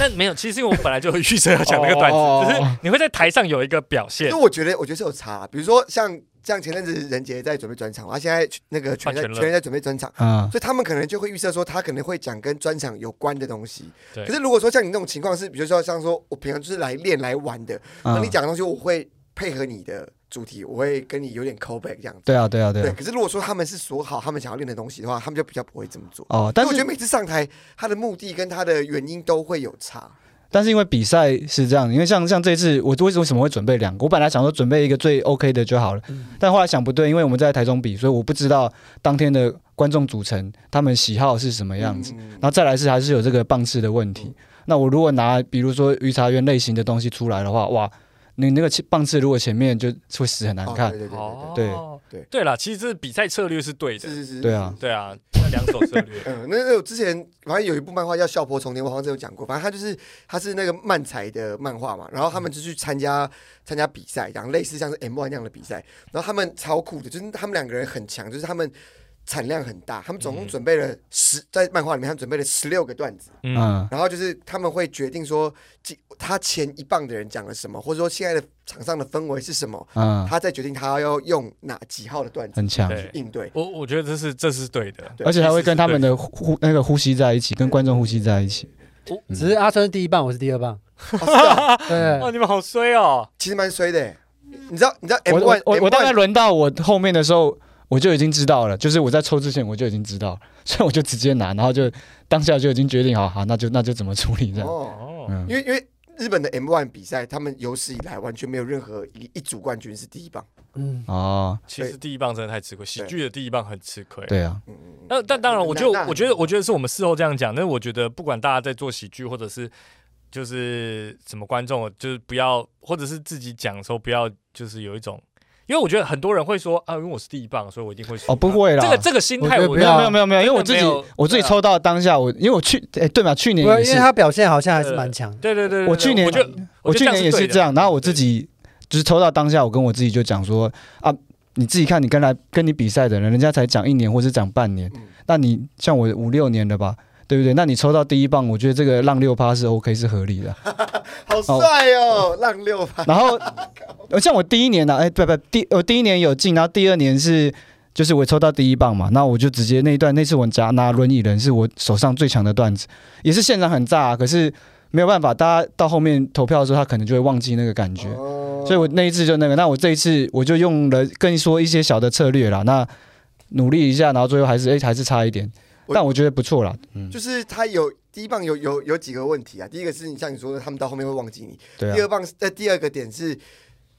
Speaker 4: 但没有，其实因为我本来就有预设要讲那个段
Speaker 3: 哦
Speaker 4: 子，只是你会在台上有一个表现
Speaker 2: 因为。我觉得，我觉得是有差。啊比如说像像前阵子任杰在准备专场，他现在去那个全在
Speaker 4: 换全乐
Speaker 2: 全在准备专场，
Speaker 3: 啊，
Speaker 2: 所以他们可能就会预设说他可能会讲跟专场有关的东西。
Speaker 4: 对
Speaker 2: 可是如果说像你那种情况是，比如说像说我平常就是来练来玩的，那
Speaker 3: 嗯
Speaker 2: 你讲的东西我会配合你的主题，我会跟你有点 call back 这样子。
Speaker 3: 对啊，对啊，对
Speaker 2: 对，
Speaker 3: 啊。
Speaker 2: 可是如果说他们是说好他们想要练的东西的话，他们就比较不会这么做。
Speaker 3: 哦，但
Speaker 2: 所以我觉得
Speaker 3: 是
Speaker 2: 每次上台，他的目的跟他的原因都会有差。
Speaker 3: 但是因为比赛是这样，因为像像这次我为什么会准备两个？我本来想说准备一个最 OK 的就好了，
Speaker 2: 嗯
Speaker 3: 但后来想不对，因为我们在台中比，所以我不知道当天的观众组成他们喜好是什么样子。
Speaker 2: 嗯
Speaker 3: 然后再来是还是有这个棒次的问题。那我如果拿比如说鱼茶园类型的东西出来的话，哇，你那个气棒次如果前面就会死很难
Speaker 2: 哦
Speaker 3: 看。
Speaker 2: 对对对对
Speaker 4: 哦，
Speaker 3: 对
Speaker 2: 对
Speaker 4: 对啦，其实这比赛策略是对
Speaker 2: 对，
Speaker 4: 的，
Speaker 2: 是是是，。
Speaker 3: 对啊
Speaker 4: 对啊，那两手策略
Speaker 2: 嗯，那那我之前反正有一部漫画叫《笑破冲天》，我好像之前有讲过。反正他就是他是那个漫才的漫画嘛，然后他们就去参加参加比赛，然后类似像是 M One 那样的比赛。然后他们超酷的，就是他们两个人很强，就是他们产量很大。他们总共
Speaker 3: 嗯
Speaker 2: 准备了十，在漫画里面他们准备了十六个段子，
Speaker 4: 嗯，
Speaker 3: 嗯，
Speaker 2: 然后就是他们会决定说，几他前一棒的人讲了什么，或者说现在的场上的氛围是什么，
Speaker 3: 嗯，
Speaker 2: 他再决定他要用哪几号的段子
Speaker 3: 很强，
Speaker 4: 对，
Speaker 2: 应对。
Speaker 4: 我我觉得这是这是对的。
Speaker 2: 对哦
Speaker 3: 而且还会跟他们
Speaker 4: 的
Speaker 3: 的呼呼那个呼吸在一起，跟观众呼吸在一起。
Speaker 1: 只是阿春是第一棒，我是第二棒。
Speaker 2: 哦是 啊
Speaker 4: 哇，
Speaker 1: 对，
Speaker 4: 你们好衰哦！
Speaker 2: 其实蛮衰的欸。你知道，你知道 M
Speaker 3: 我
Speaker 2: One，哦
Speaker 3: 我我我大概轮到我后面的时候，我就已经知道了，就是我在抽之前我就已经知道了， 所以我就直接拿，然后就当下就已经决定好，好，那就那就怎么处理这样。
Speaker 2: 哦，
Speaker 4: 哦，
Speaker 3: 嗯
Speaker 2: 因为因为日本的 M One 比赛，他们有史以来完全没有任何一一组冠军是第一棒。
Speaker 1: 嗯，
Speaker 3: 哦，
Speaker 4: 其实第一棒真的太吃亏，喜剧的第一棒很吃亏。
Speaker 3: 对啊，
Speaker 2: 嗯嗯嗯。
Speaker 4: 那啊但当然，我就
Speaker 2: 那那
Speaker 4: 我觉得，我觉得是我们事后这样讲。但是我觉得，不管大家在做喜剧，或者是就是什么观众，就是不要，或者是自己讲的时候，不要就是有一种，因为我觉得很多人会说啊，因为我是第一棒，所以我一定会输。
Speaker 3: 哦不会啦，
Speaker 4: 这个这个心态，
Speaker 1: 我觉得
Speaker 4: 我
Speaker 1: 不
Speaker 4: 觉
Speaker 3: 没
Speaker 1: 要
Speaker 4: 得
Speaker 3: 有没有没有没有，因为我自己
Speaker 4: 真的没有
Speaker 3: 我自己
Speaker 4: 对啊
Speaker 3: 抽到当下，我因为我去哎、对嘛，去年
Speaker 1: 不过
Speaker 3: 也
Speaker 1: 因
Speaker 3: 是
Speaker 1: 为，他表现好像还是蛮强。
Speaker 4: 对对对，对
Speaker 3: 我去年
Speaker 4: 我觉得
Speaker 3: 我去年也是这样，然后我自
Speaker 4: 己。
Speaker 3: 己就是抽到当下，我跟我自己就讲说啊，你自己看你跟来跟你比赛的人，人家才讲一年或是讲半年，
Speaker 2: 嗯
Speaker 3: 那你像我五六年了吧。对不对？那你抽到第一棒，我觉得这个浪六趴是 OK 是合理的。哦
Speaker 2: 好帅哦，浪六 吧。
Speaker 3: 然后呃，像我第一年呢、啊，哎、不不，第我第一年有进，然后第二年是就是我抽到第一棒嘛，那我就直接那一段那次我拿拿轮椅人是我手上最强的段子，也是现场很炸、啊可是没有办法，大家到后面投票的时候，他可能就会忘记那个感觉，
Speaker 2: 哦
Speaker 3: 所以我那一次就那个，那我这一次我就用了跟你说一些小的策略啦，那努力一下，然后最后还是哎、还是差一点，
Speaker 2: 我
Speaker 3: 但我觉得不错啦，嗯，
Speaker 2: 就是他有第一棒有有有几个问题啊，第一个是你像你说的，他们到后面会忘记你；
Speaker 3: 对
Speaker 2: 第
Speaker 3: 啊
Speaker 2: 二，棒在、呃第二个点是，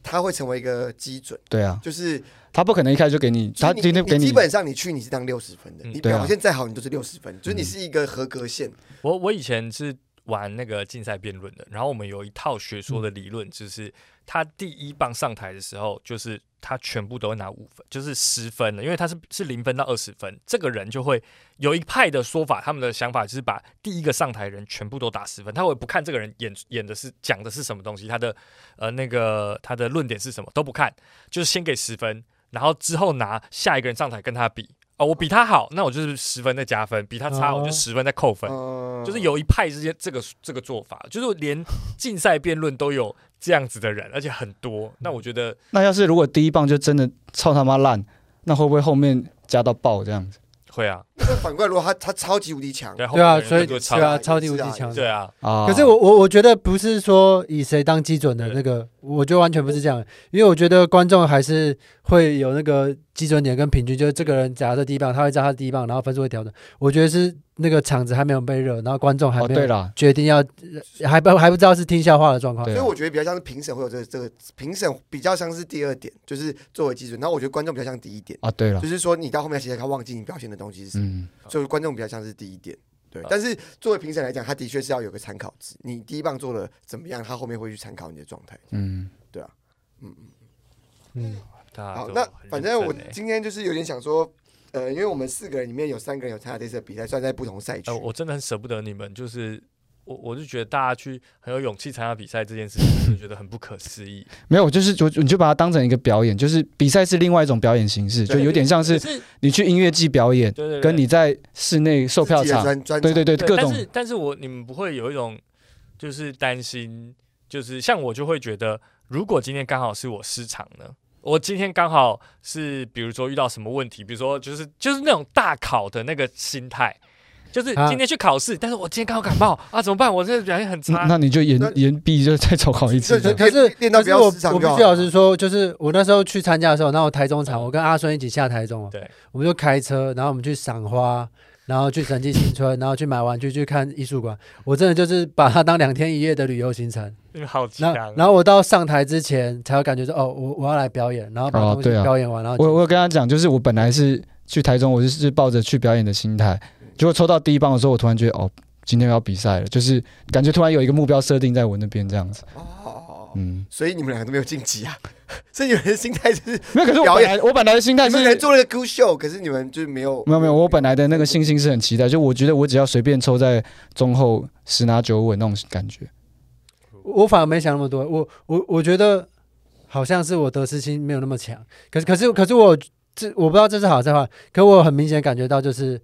Speaker 2: 他会成为一个基准，
Speaker 3: 对啊，
Speaker 2: 就是
Speaker 3: 他不可能一开始就给你，他
Speaker 2: 就是
Speaker 3: 今天给
Speaker 2: 你
Speaker 3: 你
Speaker 2: 基本上你去你是当六十分的，
Speaker 4: 嗯
Speaker 2: 你
Speaker 3: 对啊嗯
Speaker 2: 表现再好你都是六十分，就是你是一个合格线。
Speaker 4: 我我以前是玩那个竞赛辩论的，然后我们有一套学说的理论，就是他第一棒上台的时候，就是他全部都会拿五分，就是十分的，因为他是是零分到二十分，这个人就会有一派的说法，他们的想法就是把第一个上台的人全部都打十分，他会不看这个人演演的是讲的是什么东西，他的呃那个他的论点是什么都不看，就是先给十分，然后之后拿下一个人上台跟他比。哦，我比他好，那我就是十分再加分；比他差，我就
Speaker 1: 哦
Speaker 4: 十分再扣分。
Speaker 2: 嗯
Speaker 4: 就是有一派之间这个这个做法，就是连竞赛辩论都有这样子的人，而且很多。那我觉得
Speaker 3: 那要是如果第一棒就真的操他妈烂，那会不会后面加到爆这样子
Speaker 4: 会啊，
Speaker 2: 那反过来，如果他他超级无敌强，
Speaker 4: 对后
Speaker 1: 对啊，
Speaker 4: 面
Speaker 1: 所以
Speaker 4: 有人就
Speaker 1: 对
Speaker 4: 超
Speaker 1: 啊，
Speaker 2: 超
Speaker 1: 超级无敌
Speaker 2: 是啊
Speaker 1: 强。
Speaker 4: 对啊，
Speaker 3: 啊？
Speaker 1: 可是我我我觉得不是说以谁当基准的那个，我觉得完全不是这样，因为我觉得观众还是会有那个基准点跟平均，就是这个人假设第一棒，他会知道他是第一棒，然后分数会调整。我觉得是那个场子还没有被热，然后观众还
Speaker 3: 哦，
Speaker 1: 没
Speaker 3: 对
Speaker 1: 有
Speaker 3: 了，
Speaker 1: 决定要，还不还不知道是听笑话的状况。
Speaker 3: 对
Speaker 2: 所以
Speaker 3: 啊
Speaker 2: 我觉得比较像是评审会有这个这个评审比较像是第二点，就是作为基准。然后我觉得观众比较像第一点，
Speaker 3: 啊，对了
Speaker 2: 就，是说你到后面其实他忘记你表现的东西是什么，
Speaker 3: 嗯，
Speaker 2: 所以观众比较像是第一点。对
Speaker 4: 啊，
Speaker 2: 但是作为评审来讲，他的确是要有个参考值。你第一棒做了怎么样，他后面会去参考你的状态。
Speaker 3: 嗯，
Speaker 1: 嗯，
Speaker 4: 大家
Speaker 2: 好
Speaker 4: 都，
Speaker 2: 那
Speaker 4: 很
Speaker 2: 反
Speaker 4: 认
Speaker 2: 正我
Speaker 4: 真欸
Speaker 2: 今天就是有点想说，呃，因为我们四个人里面有三个人有参加这次的比赛，算在不同赛区
Speaker 4: 呃，。我真的很舍不得你们，就是我我就觉得大家去很有勇气参加比赛这件事情，我就觉得很不可思议。
Speaker 3: 没有，就是就你就把它当成一个表演，就是比赛是另外一种表演形式， 就
Speaker 2: 对
Speaker 3: 有点像
Speaker 4: 可
Speaker 3: 是
Speaker 4: 是
Speaker 3: 你去音乐季表演，
Speaker 4: 对对对，
Speaker 3: 跟你在室内售票
Speaker 2: 自己的
Speaker 3: 场，
Speaker 2: 专专
Speaker 3: 对对对，
Speaker 4: 对
Speaker 3: 各
Speaker 4: 但
Speaker 3: 种
Speaker 4: 是但是我你们不会有一种就是担心，就是像我就会觉得，如果今天刚好是我失常呢？我今天刚好是比如说遇到什么问题，比如说就是就是那种大考的那个心态。就是
Speaker 1: 啊
Speaker 4: 今天去考试，但是我今天刚好感冒啊，怎么办？我这个表现很
Speaker 3: 那
Speaker 4: 差。
Speaker 3: 那你就延
Speaker 2: 那
Speaker 3: 延毕就再重考一次
Speaker 2: 对
Speaker 3: 这
Speaker 2: 对
Speaker 3: 样，
Speaker 1: 可是
Speaker 2: 练练到
Speaker 1: 可
Speaker 2: 比
Speaker 1: 是
Speaker 2: 较
Speaker 1: 我
Speaker 2: 时常
Speaker 1: 我必
Speaker 2: 就好
Speaker 1: 须老实说，就是我那时候去参加的时候，然后台中场，我跟阿孙一起下台中了，哦
Speaker 4: 对，
Speaker 1: 我们就开车，然后我们去赏花，然后去神迹新村，然后去买玩具，去看艺术馆。我真的就是把它当两天一夜的旅游行程。
Speaker 4: 你们好强
Speaker 1: 然
Speaker 4: 啊
Speaker 1: 后，！然后我到上台之前才有感觉说，哦，我我要来表演，然后把
Speaker 3: 哦
Speaker 1: 东西
Speaker 3: 对啊
Speaker 1: 表演完，然后
Speaker 3: 我
Speaker 1: 就
Speaker 3: 我有跟他讲，就是我本来是去台中，我就是抱着去表演的心态，结果抽到第一棒的时候，我突然觉得哦，今天要比赛了，就是感觉突然有一个目标设定在我那边这样子，
Speaker 2: 哦，
Speaker 3: 嗯，
Speaker 2: 所以你们两个都没有晋级啊， 所以你们的心态就是
Speaker 3: 没有，可是我
Speaker 2: 表
Speaker 3: 本
Speaker 2: 演
Speaker 3: 来我本来的心态
Speaker 2: 你
Speaker 3: 是
Speaker 2: 们可能做了个 good show，可是你们就是没有
Speaker 3: 没有没有，我本来的那个信心是很期待，就我觉得我只要随便抽在中后十拿九稳那种感觉，
Speaker 1: 我反而没想那么多，我我我觉得好像是我得失心没有那么强，可是可是可是我这我不知道这是好是坏，可我很明显感觉到就是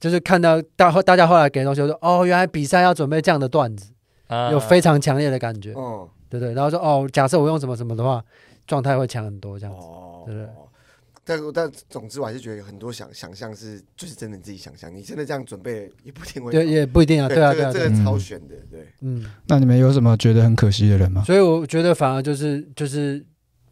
Speaker 1: 就是看到大大家后来给的东西，我说哦，原来比赛要准备这样的段子，
Speaker 4: 啊
Speaker 1: 有非常强烈的感觉，
Speaker 2: 哦
Speaker 1: 对不对？然后说哦，假设我用什么什么的话，状态会强很多这样子。对对
Speaker 2: 哦。但但总之，我还是觉得有很多想想象是，就是真的你自己想象，你真的这样准备也不一定会
Speaker 1: 也也不一定啊，
Speaker 2: 好。
Speaker 1: 对啊，
Speaker 2: 这
Speaker 1: 对
Speaker 2: 个
Speaker 1: 啊，对
Speaker 2: 这
Speaker 1: 啊，
Speaker 2: 个
Speaker 3: 对
Speaker 2: 超悬的，对。
Speaker 1: 嗯，
Speaker 3: 那你们有什么觉得很可惜的人吗？
Speaker 1: 所以我觉得反而就是就是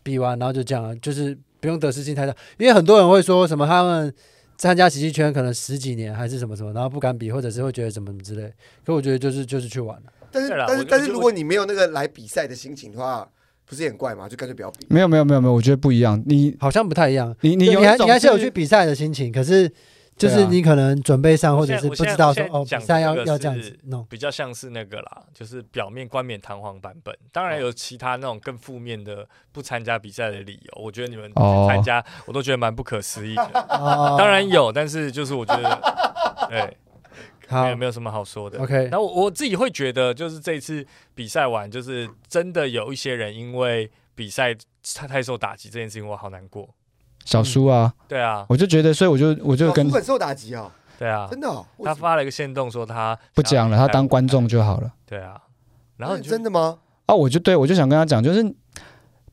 Speaker 1: 比完然后就这样了，就是不用得失心太大，因为很多人会说什么他们参加喜剧圈可能十几年还是什么什么，然后不敢比，或者是会觉得怎么怎么之类。可我觉得就是就是去玩了，
Speaker 2: 但是
Speaker 4: 对啦
Speaker 2: 但
Speaker 4: 我
Speaker 2: 是
Speaker 4: 就
Speaker 2: 但是，
Speaker 4: 我
Speaker 2: 如果你没有那个来比赛的心情的话，不是也很怪吗？就干脆不要比。
Speaker 3: 没有没有没有没有，我觉得不一样。你
Speaker 1: 好像不太一样。
Speaker 3: 你你
Speaker 1: 对
Speaker 3: 有
Speaker 1: 你还
Speaker 3: 一种
Speaker 1: 你还是有去
Speaker 3: 是
Speaker 1: 比赛的心情，可是就
Speaker 3: 对
Speaker 1: 是
Speaker 3: 啊
Speaker 1: 你可能准备上，或者
Speaker 4: 我现在
Speaker 1: 是
Speaker 4: 我
Speaker 1: 不
Speaker 4: 现在
Speaker 1: 知道
Speaker 4: 我
Speaker 1: 说
Speaker 4: 现在
Speaker 1: 哦，比
Speaker 4: 讲
Speaker 1: 赛
Speaker 4: 这
Speaker 1: 要
Speaker 4: 个
Speaker 1: 要这样
Speaker 4: 是
Speaker 1: 子弄。
Speaker 4: 比较像是那个啦，就是表面冠冕堂皇版本。当然有其他那种更负面的不参加比赛的理由，我觉得你们
Speaker 3: 哦
Speaker 4: 参加我都觉得蛮不可思议的。
Speaker 1: 哦
Speaker 4: 当然有，但是就是我觉得，对，
Speaker 1: 好
Speaker 4: 没有没有什么好说的。
Speaker 1: ，OK，
Speaker 4: 然后我我自己会觉得，就是这一次比赛完，就是真的有一些人因为比赛太太受打击这件事情，我好难过。
Speaker 3: 小叔啊，
Speaker 4: 对啊，
Speaker 3: 我就觉得，所以我就我就
Speaker 2: 老
Speaker 3: 跟
Speaker 2: 夫本受打击哦，
Speaker 4: 对啊，
Speaker 2: 真的哦。为
Speaker 4: 他
Speaker 2: 什么
Speaker 4: 发了一个线动说他
Speaker 3: 不讲了，他当观众就好了。
Speaker 4: 对啊，然后你就
Speaker 2: 真的吗？
Speaker 3: 啊，我就对我就想跟他讲，就是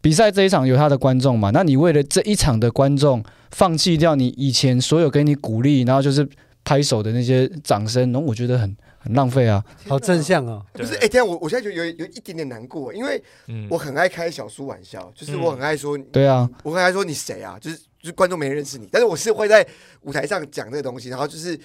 Speaker 3: 比赛这一场有他的观众嘛，那你为了这一场的观众，放弃掉你以前所有给你鼓励，然后就是拍手的那些掌声，然后我觉得很很浪费啊。
Speaker 1: 好正向哦，
Speaker 4: 对
Speaker 2: 不是，哎、等一下我我现在就有有一点点难过，因为
Speaker 4: 嗯
Speaker 2: 我很爱开小苏玩笑，就是我很爱说，
Speaker 3: 对啊，
Speaker 2: 我很爱说你谁啊，就是就是观众没人认识你，但是我是会在舞台上讲这个东西，然后就是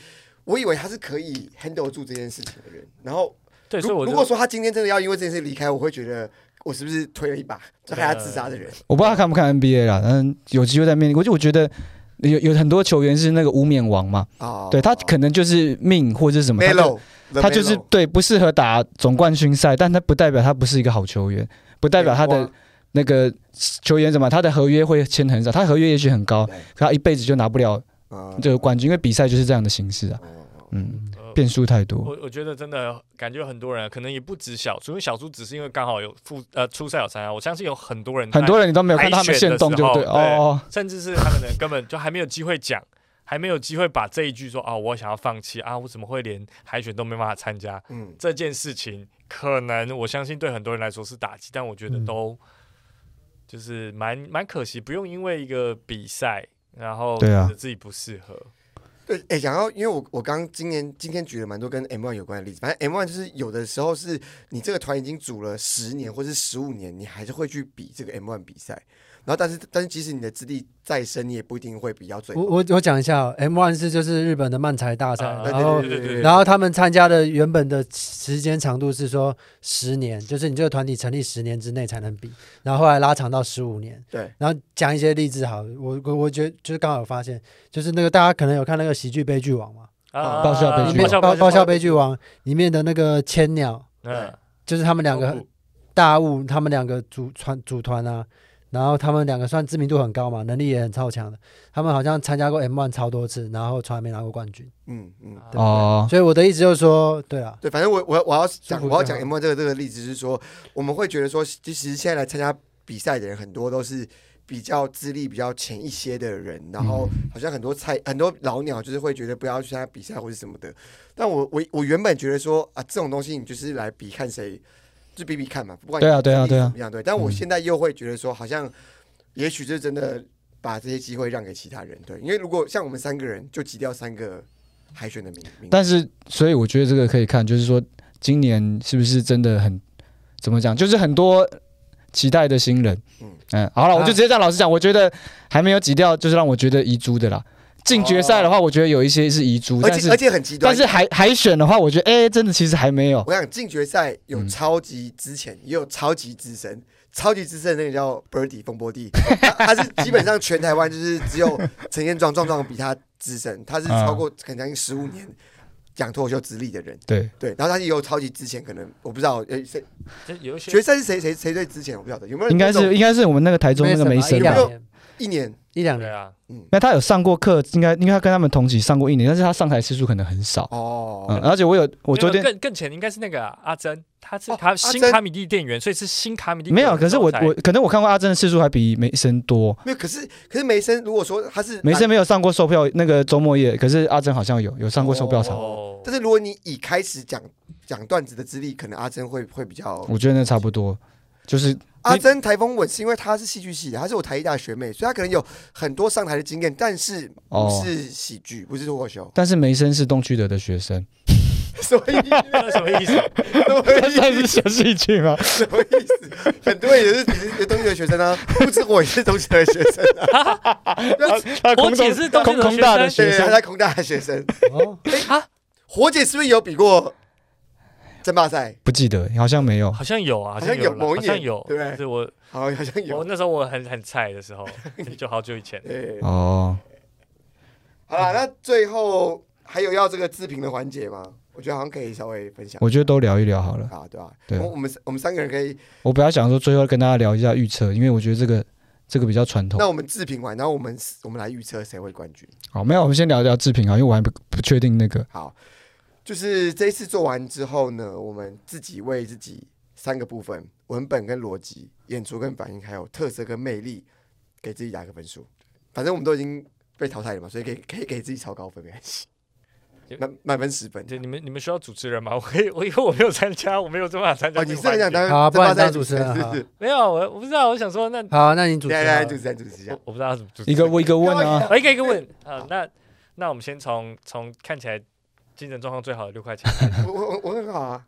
Speaker 2: 我以为他是可以 handle 住这件事情的人，然后
Speaker 4: 对，所以
Speaker 2: 如
Speaker 4: 我
Speaker 2: 如果
Speaker 4: 就
Speaker 2: 说他今天真的要因为这件事离开，我会觉得我是不是推了一把，就害他自杀的人。
Speaker 3: 我不知道他看不看 NBA 啦，嗯，有机会再面临。我就我觉得有有很多球员是那个无冕王嘛，
Speaker 2: 哦，
Speaker 3: 对他可能就是命或者是什么，他就
Speaker 2: Melo，
Speaker 3: 他就是对不适合打总冠军赛，但他不代表他不是一个好球员，不代表他的那个球员怎么，他的合约会签很少，他合约也许很高
Speaker 2: 对，
Speaker 3: 可他一辈子就拿不了这
Speaker 2: 就
Speaker 3: 个冠军，因为比赛就是这样的形式啊，嗯，变数太多，
Speaker 4: 我我觉得真的感觉很多人可能也不止小猪，因为小猪只是因为刚好有复呃初赛有参加，我相信有很多人在
Speaker 3: 很多人你都没有看到他们现动就
Speaker 4: 嗯海选
Speaker 3: 对
Speaker 4: 的时候对
Speaker 3: 哦，
Speaker 4: 甚至是他可能根本就还没有机会讲，还没有机会把这一句说啊，我想要放弃啊，我怎么会连海选都没办法参加
Speaker 2: 嗯，
Speaker 4: 这件事情？可能我相信对很多人来说是打击，但我觉得
Speaker 1: 嗯
Speaker 4: 都就是蛮蛮可惜，不用因为一个比赛，然后
Speaker 3: 对啊
Speaker 4: 觉得自己不适合。
Speaker 2: 对，哎，讲到，因为我我刚刚今年今天举了蛮多跟 M one 有关的例子，反正 M one 就是有的时候是你这个团已经组了十年或是十五年，你还是会去比这个 M one 比赛，然后但是但是即使你的资历再深，你也不一定会比较最
Speaker 1: 我我我讲一下、哦、，M One 是就是日本的漫才大赛，
Speaker 4: 啊
Speaker 1: 然后
Speaker 4: 对对对对对
Speaker 1: 然后他们参加的原本的时间长度是说十年，就是你这个团体成立十年之内才能比，然后后来拉长到十五年。
Speaker 2: 对，
Speaker 1: 然后讲一些例子好了，我我我觉得就是刚好有发现，就是那个大家可能有看那个喜剧悲剧王嘛，
Speaker 4: 啊，
Speaker 3: 爆笑悲
Speaker 1: 里
Speaker 3: 剧
Speaker 1: 面
Speaker 4: 爆笑
Speaker 1: 爆爆笑
Speaker 4: 悲剧，
Speaker 1: 悲剧王里面的那个千鸟，
Speaker 4: 嗯，
Speaker 1: 就是他们两个
Speaker 4: 哦
Speaker 1: 大雾，他们两个组团组团啊，然后他们两个算知名度很高嘛，能力也很超强的。他们好像参加过 M1 超多次，然后从来没拿过冠军。
Speaker 2: 嗯嗯。
Speaker 4: 不
Speaker 1: 对
Speaker 3: 哦，
Speaker 1: 所以我的意思就是说，对啊，
Speaker 2: 对，反正我我我要
Speaker 1: 舒
Speaker 2: 讲
Speaker 1: 服
Speaker 2: 我要
Speaker 1: 就
Speaker 2: 讲
Speaker 1: 好
Speaker 2: M 1这个这个例子是说，我们会觉得说，其实现在来参加比赛的人很多都是比较资历比较浅一些的人，然后
Speaker 3: 嗯
Speaker 2: 好像很多菜很多老鸟就是会觉得不要去参加比赛或者什么的。但我我我原本觉得说啊，这种东西你就是来比看谁，就比比看嘛，不管
Speaker 3: 对啊
Speaker 2: 你
Speaker 3: 对啊
Speaker 2: 资历
Speaker 3: 对啊
Speaker 2: 怎么样对。但我
Speaker 3: 嗯
Speaker 2: 现在又会觉得说，好像也许就真的把这些机会让给其他人，对，因为如果像我们三个人就挤掉三个海选的名名额，
Speaker 3: 但是所以我觉得这个可以看，就是说今年是不是真的很怎么讲，就是很多期待的新人
Speaker 2: 嗯，
Speaker 3: 嗯，好了，我
Speaker 1: 啊
Speaker 3: 就直接这样老实讲，我觉得还没有挤掉，就是让我觉得遗珠的啦。进决赛的话，我觉得有一些是遗珠，
Speaker 2: 而
Speaker 3: 但
Speaker 2: 且而
Speaker 3: 是
Speaker 2: 且很极端，
Speaker 3: 但是海海选的话，我觉得哎、真的其实还没有。
Speaker 2: 我想进决赛有
Speaker 3: 嗯
Speaker 2: 超级之前，也有超级资深，超级资深的那个叫 Birdy 风波弟，他他是基本上全台湾就是只有陈彦壮壮壮比他资深，他是超
Speaker 3: 啊
Speaker 2: 过可能将近十五年。讲脱口秀资历的人，
Speaker 3: 对，
Speaker 2: 对，然后他也有超级之前，可能我不知道，呃，谁
Speaker 4: 这有一些
Speaker 2: 决赛是谁谁谁最之前，我不晓得有没有，
Speaker 3: 应该
Speaker 2: 有没
Speaker 3: 是
Speaker 2: 有
Speaker 3: 应该是我们那个台中那个梅
Speaker 1: 没什么
Speaker 3: 森
Speaker 1: 一
Speaker 3: 吧
Speaker 1: 两。年，
Speaker 2: 一年，嗯
Speaker 1: 一两
Speaker 4: 对
Speaker 1: 年。
Speaker 4: 啊，
Speaker 3: 那他有上过课，应该应该他跟他们同期上过一年，但是他上台次数可能很少。嗯，
Speaker 2: 哦，
Speaker 3: 而且我有我
Speaker 4: 没有
Speaker 3: 昨天
Speaker 4: 更更前应该是那个啊阿珍，她是
Speaker 2: 哦
Speaker 4: 她
Speaker 2: 阿
Speaker 4: 新
Speaker 2: 珍
Speaker 4: 卡米蒂店员，所以是新卡米蒂
Speaker 3: 没有，
Speaker 4: 店员
Speaker 3: 可是我
Speaker 4: 的时候
Speaker 3: 我可能我看过阿珍的次数还比梅森多。
Speaker 2: 没有，可是可是梅森，如果说他是
Speaker 3: 梅森没有上过售票那个周末夜，可是阿珍好像有有上过售票
Speaker 4: 才
Speaker 3: 场，
Speaker 4: 哦，
Speaker 2: 但是如果你以开始讲讲段子的资历，可能阿珍会会比较
Speaker 3: 我觉得那差不多，就是
Speaker 2: 阿珍台风稳是因为她是戏剧系的，她是我台艺大学妹，所以她可能有很多上台的经验，但是不
Speaker 3: 哦。，
Speaker 2: 是喜剧，不是脱口秀
Speaker 3: 但是梅森是东区德的学 生，
Speaker 2: 所以
Speaker 4: 那什么意思？
Speaker 3: 这算是小戏剧吗？
Speaker 2: 什么意思？很多人也是也是也是东西的学生啊，不止我也是东西的学生啊，
Speaker 3: 他
Speaker 4: 我姐是东区
Speaker 3: 空
Speaker 4: 德
Speaker 3: 空大的
Speaker 4: 学
Speaker 2: 对
Speaker 3: 学，生
Speaker 2: 她，在空大的学生。
Speaker 1: 哦，
Speaker 2: 哎
Speaker 4: 啊
Speaker 2: 火姐是不是有比过争霸赛？
Speaker 3: 不记得，好像没有。
Speaker 4: 好像有啊，
Speaker 2: 好
Speaker 4: 好
Speaker 2: 像有
Speaker 4: 有啦，
Speaker 2: 某一
Speaker 4: 好像
Speaker 2: 年
Speaker 4: 有，
Speaker 2: 对不对
Speaker 4: 就是我
Speaker 2: 好，好像有
Speaker 4: 我。那时候我很很菜的 时候，就好久以前。
Speaker 2: 对，
Speaker 3: 哦，
Speaker 2: 好了，那最后还有要这个自评的环节吗？我觉得好像可以稍微分享
Speaker 3: 我觉得都聊一聊好了。
Speaker 2: 啊，对吧？
Speaker 3: 对
Speaker 2: 我我们我们三个人可以，
Speaker 3: 我本来想说最后跟大家聊一下预测，因为我觉得这个这个比较传统
Speaker 2: 那。我们自评完，然后我们我们来预测谁会冠军。
Speaker 3: 好，哦没有，我们先聊一聊制品啊，因为我还不不确定那个。
Speaker 2: 好，就是这一次做完之后呢，我们自己为自己三个部分——文本跟逻辑、演出跟反应，还有特色跟魅力，给自己打一个分数。反正我们都已经被淘汰了嘛，所以可以可以给自己超高分，没关系。满满分十分。哦
Speaker 4: 对，你们你们需要主持人吗？我 可以，我因为我没有参加，我没有这办法参加
Speaker 2: 哦，
Speaker 4: 这
Speaker 2: 你
Speaker 4: 个环节。
Speaker 2: 是很想当
Speaker 1: 好啊不然
Speaker 2: 这帮
Speaker 1: 当主持人
Speaker 2: 是
Speaker 1: 好
Speaker 2: 不
Speaker 1: 啊
Speaker 2: 是？
Speaker 4: 没有，我我不知道，我想说，那
Speaker 1: 好，那你主持
Speaker 2: 来来，主
Speaker 1: 好
Speaker 2: 持人主持一下
Speaker 4: 我。我不知道怎么主持
Speaker 3: 一个一个问啊，
Speaker 4: 我一个一个问
Speaker 2: 哎
Speaker 4: 啊。那那我们先从从看起来精神状况最好的六块钱开始，
Speaker 2: 我我我很好啊，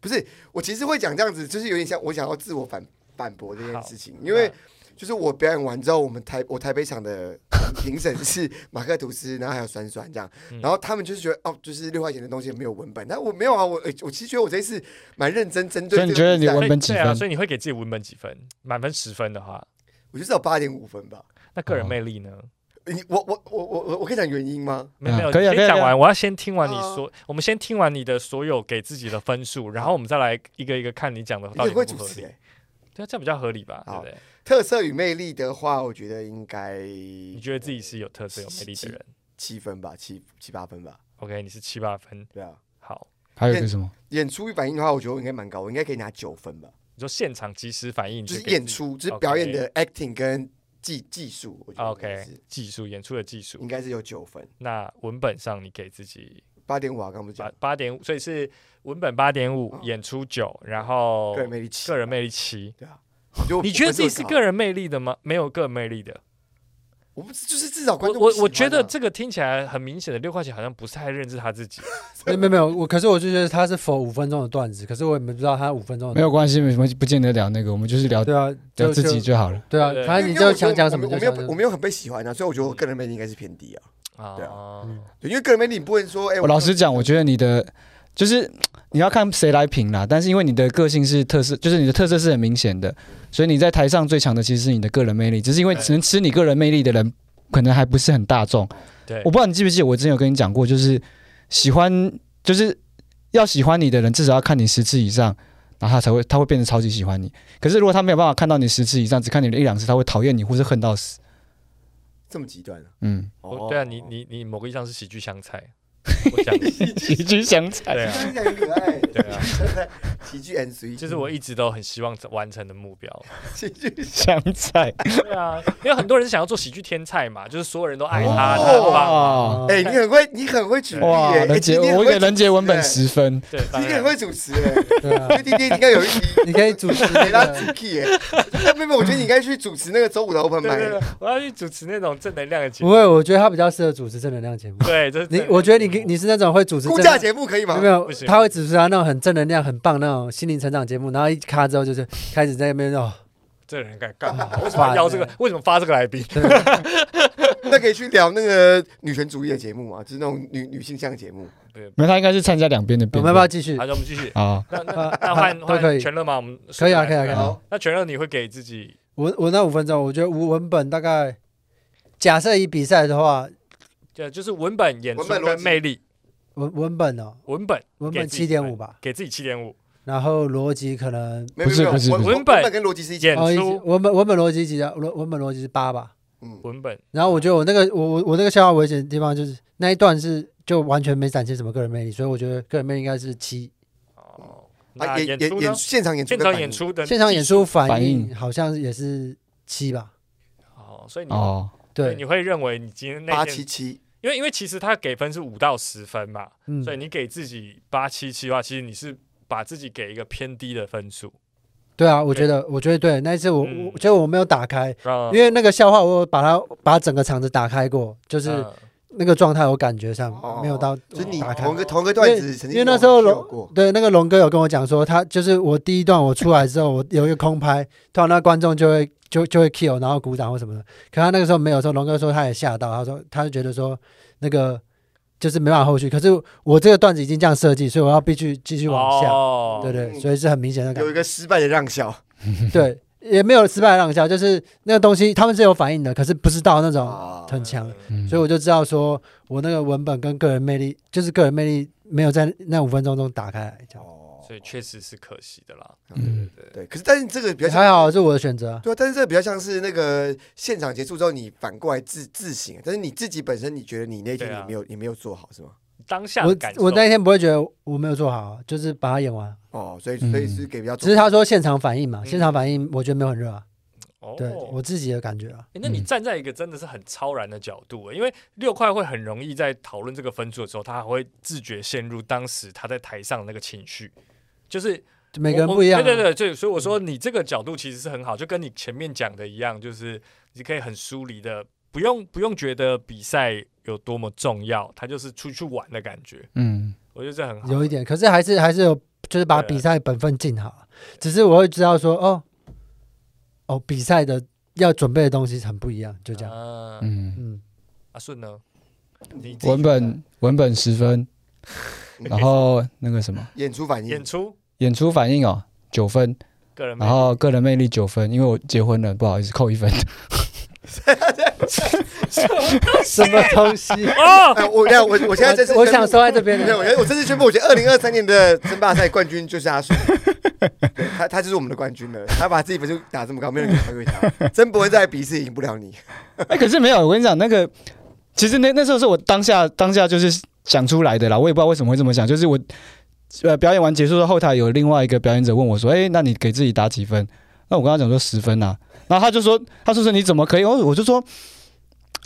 Speaker 2: 不是我其实会讲这样子，就是有点像我想要自我反反驳这件事情，因为就是我表演完之后，我们台我台北场的评审是马克吐斯，然后还有酸酸这样，
Speaker 4: 嗯
Speaker 2: 然后他们就是觉得哦，就是六块钱的东西没有文本，但我没有啊，我呃我其实觉得我这一次蛮认真针对
Speaker 3: 所以
Speaker 2: 这个
Speaker 3: 你觉得
Speaker 2: 比赛，
Speaker 3: 你
Speaker 4: 所
Speaker 3: 文
Speaker 4: 以
Speaker 3: 本几
Speaker 4: 对啊，
Speaker 3: 分？
Speaker 4: 所以你会给自己文本几分？满分十分的话，
Speaker 2: 我就是要八点五分吧？
Speaker 4: 那
Speaker 3: 哦
Speaker 4: 个人魅力呢？
Speaker 2: 你我我我我我我可以讲原因吗？
Speaker 4: 没有没有，
Speaker 3: 可以啊
Speaker 4: 你
Speaker 3: 可以啊
Speaker 4: 先讲
Speaker 3: 可以
Speaker 4: 完，我要先听完你
Speaker 2: 哦
Speaker 4: 说，我们先听完你的所有给自己的分数，然后我们再来一个一个看你讲的
Speaker 2: 你
Speaker 4: 到
Speaker 2: 很
Speaker 4: 底合
Speaker 2: 会
Speaker 4: 不
Speaker 2: 主
Speaker 4: 合
Speaker 2: 持
Speaker 4: 理
Speaker 2: 欸。
Speaker 4: 对啊，这样比较合理吧？对
Speaker 2: 好
Speaker 4: 不对？
Speaker 2: 特色与魅力的话，我觉得应该
Speaker 4: 你觉得自己是有特色、有魅力的人
Speaker 2: 七分吧，七七八分吧，
Speaker 4: ？OK，你是七八分，
Speaker 2: 对啊。
Speaker 4: 好。
Speaker 3: 还有一个什么？
Speaker 2: 演出与反应的话，我觉得我应该蛮高，我应该可以拿九分吧。
Speaker 4: 你说现场即时反应，你
Speaker 2: 就是
Speaker 4: 给自己
Speaker 2: 演出，就是表演的 acting 跟技技术，我觉得应该
Speaker 4: OK
Speaker 2: 是嗯
Speaker 4: 技术演出的技术
Speaker 2: 应。该是有九分，
Speaker 4: 那文本上你给自己
Speaker 2: 八点五啊，刚不是
Speaker 4: 八
Speaker 2: 讲
Speaker 4: 八点五，所以是文本八点五
Speaker 2: 哦，
Speaker 4: 演出九，然后
Speaker 2: 个人魅力七
Speaker 4: 个，人魅力七。
Speaker 2: 对啊。我觉得我
Speaker 4: 你觉得自己是个
Speaker 2: 人？
Speaker 4: 人魅力的吗？没有个人魅力的。
Speaker 2: 我不是，就是至少观
Speaker 4: 我
Speaker 2: 众
Speaker 4: 我
Speaker 2: 喜欢啊
Speaker 4: 我觉得这个听起来很明显的六块钱好像不是太认知他自己。
Speaker 1: 没有没有没有，我可是我就觉得他是否五分钟的段子，可是我也没不知道他五分钟的
Speaker 3: 没有关系，没关系，不见得聊那个，我们就是聊
Speaker 1: 对啊，
Speaker 3: 聊
Speaker 1: 就
Speaker 3: 自己
Speaker 1: 就
Speaker 3: 就好了。
Speaker 1: 对啊
Speaker 4: 对，
Speaker 1: 反
Speaker 2: 因
Speaker 1: 正你就
Speaker 2: 为因为我觉
Speaker 1: 想
Speaker 2: 得
Speaker 1: 讲什么
Speaker 2: 我没
Speaker 1: 就
Speaker 2: 我
Speaker 1: 讲
Speaker 2: 没有
Speaker 1: 什
Speaker 2: 我
Speaker 1: 么。
Speaker 2: 没有很被喜欢啊，所以我觉得我个人魅力应该是偏低啊。 对
Speaker 4: 啊，
Speaker 1: 嗯
Speaker 2: 对，因为个人魅力你不能说，哎，
Speaker 3: 我老实讲，我觉得你的就是你要看谁来评啦，但是因为你的个性是特色，就是你的特色是很明显的，所以你在台上最强的其实是你的个人魅力，只是因为
Speaker 4: 对
Speaker 3: 能吃你个人魅力的人可能还不是很大众。
Speaker 4: 对
Speaker 3: 我，不知道你记不记得，我之前有跟你讲过，就是喜欢就是要喜欢你的人，至少要看你十次以上。然后他才会，他会变得超级喜欢你。可是如果他没有办法看到你十次以上，只看你的一两次，他会讨厌你或是恨到死。
Speaker 2: 这么极端啊。
Speaker 3: 嗯，
Speaker 4: 我对啊，你你你某个意义上是喜剧香菜，我想
Speaker 3: 喜剧相残。
Speaker 4: 对
Speaker 2: 这
Speaker 4: 啊
Speaker 2: 样讲很可爱，
Speaker 4: 对啊，
Speaker 2: 喜剧 and sweet，
Speaker 4: 这是我一直都很希望完成的目标。
Speaker 2: 喜剧
Speaker 3: 香 菜，
Speaker 4: 对啊，因为很多人想要做喜剧天才嘛，就是所有人都爱他，
Speaker 2: 哦
Speaker 4: 他很棒。
Speaker 3: 哇
Speaker 2: 哎，你很会，你很会举例
Speaker 3: 啊哇，
Speaker 2: 耶，哎
Speaker 3: 人杰，
Speaker 2: 你很
Speaker 3: 我
Speaker 2: 会
Speaker 3: 给人杰文本
Speaker 2: 主持
Speaker 3: 十分，
Speaker 4: 对，
Speaker 2: 哎，
Speaker 4: 当
Speaker 2: 你很
Speaker 4: 然
Speaker 2: 会主持哎，
Speaker 1: 对啊，
Speaker 2: 因为弟弟应该有一集
Speaker 1: 你可以主持那
Speaker 2: 给他
Speaker 1: 个
Speaker 2: 主 key 耶、哎，没有，没有我觉得你应该去主持那个周五的 open
Speaker 4: 对对
Speaker 2: mic，
Speaker 4: 对，我要去主持那种正能量的节
Speaker 1: 不
Speaker 4: 目。
Speaker 1: 会，我觉得他比较适合主持正能量节目。
Speaker 4: 对，这是
Speaker 1: 你
Speaker 4: 正能量
Speaker 1: 我觉得你
Speaker 4: 节目
Speaker 1: 你是那种会主持
Speaker 2: 估
Speaker 1: 正
Speaker 2: 价节目可以吗
Speaker 1: 没？有
Speaker 4: 不，行
Speaker 1: 他会主持他那种很正能量、很棒那种心灵成长节目，然后一卡之后就是开始在那边哦，
Speaker 4: 这人该干嘛？
Speaker 1: 为
Speaker 4: 为什么要邀这个？为什么发这个来宾？
Speaker 2: 那可以去聊那个女权主义的节目啊嘛，就是那种女女性向节目。
Speaker 3: 没有他应该是参加两边的
Speaker 1: 我
Speaker 3: 辩
Speaker 1: 们要
Speaker 3: 论
Speaker 1: 不要继续
Speaker 4: 好，？那我们继续。
Speaker 3: 啊。
Speaker 4: 那那那换
Speaker 1: 都可
Speaker 4: 换
Speaker 1: 以
Speaker 4: 全乐吗？我们
Speaker 1: 可以啊可以啊可以啊
Speaker 2: 好，
Speaker 4: 那全乐你会给自己
Speaker 1: 我我那五分钟，我觉得无文本大概，假设以比赛的话，
Speaker 4: 对，就是文本演出
Speaker 2: 文本逻
Speaker 4: 跟
Speaker 2: 辑
Speaker 4: 魅力，
Speaker 1: 文文本哦，
Speaker 4: 文本
Speaker 1: 文
Speaker 4: 给
Speaker 1: 本
Speaker 4: 自己
Speaker 1: 七
Speaker 4: 几
Speaker 1: 点
Speaker 4: 分
Speaker 1: 五吧，
Speaker 4: 给自己七点五，
Speaker 1: 然后逻辑可能
Speaker 2: 没有
Speaker 3: 不是
Speaker 2: 没有
Speaker 3: 不是
Speaker 2: 我
Speaker 3: 不是
Speaker 2: 我
Speaker 4: 文本
Speaker 2: 文本跟逻辑是一
Speaker 4: 演
Speaker 2: 件，
Speaker 1: 哦
Speaker 4: 出
Speaker 1: 文本文本逻辑几啊？文文本逻辑是八吧。
Speaker 2: 嗯，
Speaker 4: 文本
Speaker 1: 然后我觉得我那个我我我那个笑话危险的地方就是那一段是就完全没展现什么个人魅力，所以我觉得个人魅力应该是七。
Speaker 2: 啊
Speaker 4: 哦。那
Speaker 2: 演
Speaker 4: 演
Speaker 2: 演
Speaker 4: 出呢
Speaker 2: 演？现场演出
Speaker 4: 现
Speaker 2: 跟
Speaker 4: 场
Speaker 2: 反
Speaker 4: 演
Speaker 2: 应，
Speaker 4: 出的
Speaker 1: 现场演出反
Speaker 3: 反
Speaker 1: 应
Speaker 3: 应
Speaker 1: 好像也是七吧？
Speaker 4: 哦，所以你
Speaker 3: 哦，
Speaker 4: 对
Speaker 1: 对
Speaker 4: 你，会认为你今天那
Speaker 2: 八
Speaker 4: 件
Speaker 2: 七七，
Speaker 4: 因为因为其实他给分是五到十分嘛，
Speaker 1: 嗯
Speaker 4: 所，以你给自己八七七的话，其实你是把自己给一个偏低的分数，
Speaker 1: 对啊，我觉得我觉得对，那一次我
Speaker 4: 嗯
Speaker 1: 我觉得我没有打开，
Speaker 4: 让
Speaker 1: 因为那个笑话我有把它把整个场子打开过，就是
Speaker 4: 嗯
Speaker 1: 那个状态我感觉上
Speaker 2: 哦
Speaker 1: 没有到
Speaker 2: 就是你
Speaker 1: 打开
Speaker 2: 同。个同个段子曾
Speaker 1: 因
Speaker 2: 经
Speaker 1: 为
Speaker 2: 有
Speaker 1: 那时候
Speaker 2: 有过
Speaker 1: 龙，对那个龙哥有跟我讲说，他就是我第一段我出来之后，我有一个空拍，突然那观众就会就就会 kill，然后鼓掌或什么的。可他那个时候没有说，龙哥说他也吓到，他说他就觉得说那个就是没办法后续。可是我这个段子已经这样设计，所以我要必须继续往下，
Speaker 4: 哦
Speaker 1: 对对，
Speaker 2: 嗯
Speaker 1: 所以是很明显的感
Speaker 2: 有
Speaker 1: 觉
Speaker 2: 一，个失败的让笑
Speaker 1: 对，也没有失败的让笑，就是那个东西他们是有反应的，可是不知道那种，
Speaker 2: 啊，
Speaker 1: 哦很强的
Speaker 3: 嗯
Speaker 1: 所以我就知道说我那个文本跟个人魅力，就是个人魅力没有在那五分钟中打开来讲。
Speaker 2: 哦
Speaker 4: 所以确实是可惜的啦。
Speaker 3: 嗯
Speaker 2: 对，可是但是这个比较像
Speaker 1: 还好是我的选择啊，
Speaker 2: 对啊，但是这个比较像是那个现场结束之后，你反过来自自省，啊但是你自己本身你觉得你那天
Speaker 4: 对啊
Speaker 2: 你没有你没有做好是吗？
Speaker 4: 当下的
Speaker 1: 我
Speaker 4: 感受，
Speaker 1: 我那一天不会觉得我没有做好，就是把它演完。
Speaker 2: 哦，所以所以
Speaker 3: 嗯
Speaker 2: 是给比较重，
Speaker 1: 只是他说现场反应嘛，
Speaker 4: 嗯
Speaker 1: 现场反应我觉得没有很热啊，
Speaker 4: 哦，
Speaker 1: 对我自己的感觉啊，
Speaker 4: 诶那你
Speaker 3: 嗯
Speaker 4: 站在一个真的是很超然的角度，因为六块会很容易在讨论这个分数的时候，他还会自觉陷入当时他在台上的那个情绪，就是
Speaker 1: 每个人
Speaker 4: 我
Speaker 1: 不一样啊。
Speaker 4: 对对对，所以所以我说你这个角度其实是很好，就跟你前面讲的一样，就是你可以很疏离的，不用不用觉得比赛有多么重要，他就是出去玩的感觉，
Speaker 3: 嗯，
Speaker 4: 我觉得这很好。
Speaker 1: 有一点，可是还是还是有，就是把
Speaker 4: 对啊
Speaker 1: 比赛本分尽好啊。只是我会知道说，哦，哦，比赛的要准备的东西很不一样，就这样。
Speaker 4: 啊，
Speaker 3: 嗯，
Speaker 1: 嗯，
Speaker 4: 阿顺呢？你自己
Speaker 3: 文本文本十 分，然后那个什么
Speaker 2: 演出反应
Speaker 4: 演，出
Speaker 3: 演出反应哦九分，
Speaker 4: 个人魅
Speaker 3: 然
Speaker 4: 力
Speaker 3: 后个人魅力九分，因为我结婚了，不好意思扣一分。
Speaker 1: 什么东 西？
Speaker 4: 哦，
Speaker 2: 哎，我我我现在这次
Speaker 1: 我我想
Speaker 2: 说，
Speaker 1: 说在这 边
Speaker 2: 对，我
Speaker 1: 的，
Speaker 2: 觉得哎我这次宣布，我觉得二零二三年的争霸赛冠军就是阿顺， 对他他就是我们的冠军了，他把自己分数打这么高，没有人超越他，真不会再比试赢不了你。
Speaker 3: 哎、可是没有，我跟你讲，那个其实那那时候是我当下当下就是想出来的啦，我也不知道为什么会这么想，就是我呃表演完结束的后台有另外一个表演者问我说，哎、那你给自己打几分？那我跟他讲说十分啊，然后他就说，他说是你怎么可以？我哦我就说，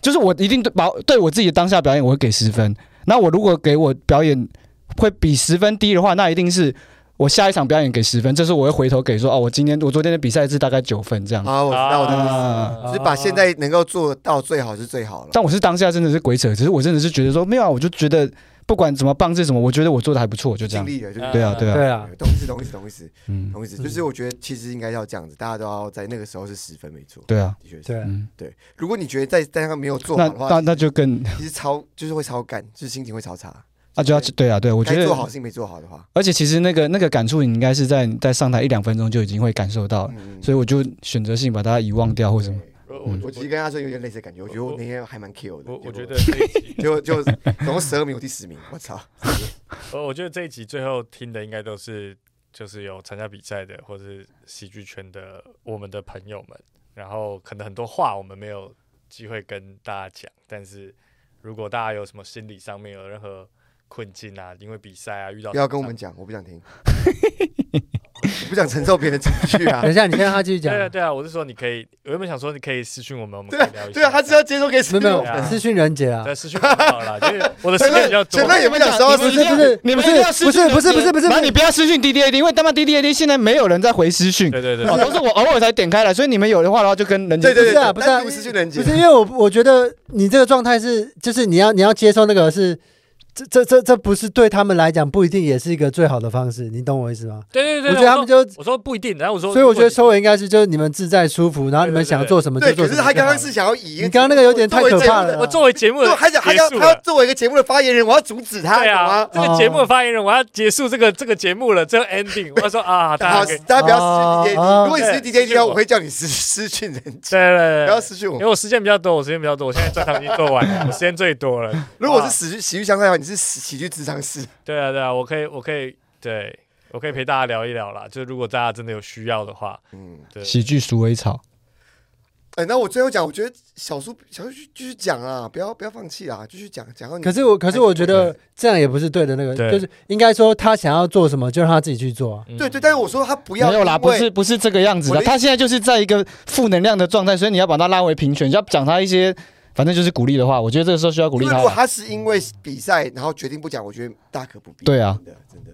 Speaker 3: 就是我一定对把对我自己的当下表演我会给十分，那我如果给我表演会比十分低的话，那一定是。我下一场表演给十分，这是我会回头给说哦，我今天我昨天的比赛是大概九分这样。
Speaker 2: 好，我知道我的意思，
Speaker 3: 啊
Speaker 2: 就是把现在能够做到最好是最好了。
Speaker 3: 但我是当下真的是鬼扯，只是我真的是觉得说没有啊，我就觉得不管怎么棒是什么，我觉得我做的还不错，就这
Speaker 2: 尽
Speaker 3: 样。
Speaker 2: 力了，就
Speaker 4: 啊
Speaker 3: 对啊，对啊，
Speaker 1: 对啊，
Speaker 2: 懂意思，懂意思，懂意思，
Speaker 3: 嗯，
Speaker 2: 懂意思。就是我觉得其实应该要这样子，大家都要在那个时候是十分，没错，
Speaker 3: 对啊，
Speaker 2: 的确是。
Speaker 1: 对啊，
Speaker 3: 嗯，
Speaker 2: 如果你觉得在在上没有做
Speaker 3: 那
Speaker 2: 好的
Speaker 3: 那
Speaker 2: 话，
Speaker 3: 那就更
Speaker 2: 其实超就是会超干，就是心情会超差。
Speaker 3: 那就要对啊，对，我觉
Speaker 2: 该
Speaker 3: 得
Speaker 2: 做好事情没做好的话，
Speaker 3: 而且其实那个那个感触，你应该是在在上台一两分钟就已经会感受到了，
Speaker 2: 嗯，
Speaker 3: 所以我就选择性把它遗忘掉或什么。
Speaker 2: 对
Speaker 4: 呃我
Speaker 3: 嗯
Speaker 2: 我其实跟他说有点类似的感觉，我觉得我那天还蛮 Q 的。
Speaker 4: 我我
Speaker 2: 结
Speaker 4: 觉
Speaker 2: 果
Speaker 4: 得这一集，
Speaker 2: 就就总共十二名，我第十名，我操！
Speaker 4: 我我觉得这一集最后听的应该都是就是有参加比赛的或是喜剧圈的我们的朋友们，然后可能很多话我们没有机会跟大家讲，但是如果大家有什么心理上面有任何困境啊，因为比赛啊遇到
Speaker 2: 不要跟我们讲，我不想听，我不想承受别人的情 绪啊
Speaker 1: 等。一下，你先让他继续讲
Speaker 4: 对啊
Speaker 1: 啊。
Speaker 4: 对啊，我是说你可以，我原本想说你可以私讯我们，我们可
Speaker 2: 对啊
Speaker 4: 以聊一下。
Speaker 2: 对啊，他只要接受给十
Speaker 1: 没有没
Speaker 2: 六
Speaker 4: 对啊
Speaker 1: 有，私讯人杰啊。
Speaker 4: 在私讯我们好了，就是我的时间比较多
Speaker 2: 前。面有没有讲时候
Speaker 1: 不是不是
Speaker 3: 你
Speaker 1: 不
Speaker 3: 们
Speaker 1: 是不是不是不是不是，
Speaker 3: 那你不要私讯 D D A D，因为他妈 D D A D 现在没有人在回私讯，
Speaker 4: 对对对，
Speaker 3: 哦，都是我偶尔才点开来，所以你们有的话的话就跟人家
Speaker 2: 对对
Speaker 1: 不是啊，
Speaker 2: 对，
Speaker 1: 不是啊，
Speaker 2: 单独失去人
Speaker 1: 不
Speaker 2: 节，
Speaker 1: 是因为我我觉得你这个状态是，就是你要你要接受那个是，这这这这不是对他们来讲不一定也是一个最好的方式，你懂我意思吗？
Speaker 4: 对对对，
Speaker 1: 我觉得他们就，
Speaker 4: 我说不一定，然后我说，
Speaker 1: 所以我觉得收尾应该是就是你们自在舒服，然后你
Speaker 4: 对
Speaker 1: 们
Speaker 4: 对
Speaker 1: 想
Speaker 4: 对
Speaker 1: 做什么就
Speaker 2: 对，
Speaker 1: 做
Speaker 2: 可
Speaker 1: 什么就
Speaker 2: 是他
Speaker 1: 好。
Speaker 2: 刚刚是想要以一个
Speaker 1: 你刚刚那个有点太可怕
Speaker 2: 作为节目的
Speaker 1: 了啊。
Speaker 2: 对，
Speaker 4: 我作为节目的
Speaker 2: 还想还
Speaker 4: 结
Speaker 2: 要
Speaker 4: 束
Speaker 2: 他
Speaker 4: 了
Speaker 2: 要。作为一个节目的发言人，我要阻止他，
Speaker 4: 对
Speaker 2: 懂
Speaker 4: 啊
Speaker 2: 吗，？
Speaker 4: 这
Speaker 3: 哦
Speaker 4: 个节目的发言人，我要结束这个这个节目了，这个 ending，我要 说啊，大
Speaker 2: 好
Speaker 4: 家可以，，
Speaker 2: 大家
Speaker 1: 哦哦
Speaker 2: 不要失去 D J，如果你失去 D J
Speaker 4: 对
Speaker 2: 的话，我会叫你失失去人节，
Speaker 4: 对对
Speaker 2: 不
Speaker 4: 对
Speaker 2: 要
Speaker 4: 对，
Speaker 2: 失去我
Speaker 4: 因为。我时间比较多，我时间比较多，我现在专场已经做完了，我时间最 多了。
Speaker 2: 如果我是喜剧喜剧相关的话，你是喜喜剧智商师，
Speaker 4: 对啊对啊，我可以我可以对。我可以陪大家聊一聊啦，就是如果大家真的有需要的话，
Speaker 2: 嗯，
Speaker 4: 对，
Speaker 3: 喜剧鼠尾草。
Speaker 2: 哎，那我最后讲，我觉得小叔小叔继续讲啊，不要不要放弃啊，继续讲讲到你。
Speaker 1: 可是我，可是我觉得这样也不是对的那个，
Speaker 4: 对
Speaker 1: 就是应该说他想要做什么就让他自己去做啊。
Speaker 4: 嗯
Speaker 2: 对对，但是我说他不要，
Speaker 3: 没有啦，
Speaker 2: 因为
Speaker 3: 不是不是这个样子
Speaker 2: 我
Speaker 3: 的，
Speaker 2: 的意
Speaker 3: 他现在就是在一个负能量的状态，所以你要把他拉回平权，就要讲他一些，反正就是鼓励的话，我觉得这个时候需要鼓励
Speaker 2: 因为如
Speaker 3: 他
Speaker 2: 果
Speaker 3: 啦。
Speaker 2: 他是因为比赛然后决定不讲，我觉得大可不必。
Speaker 3: 对啊
Speaker 2: 真的真的。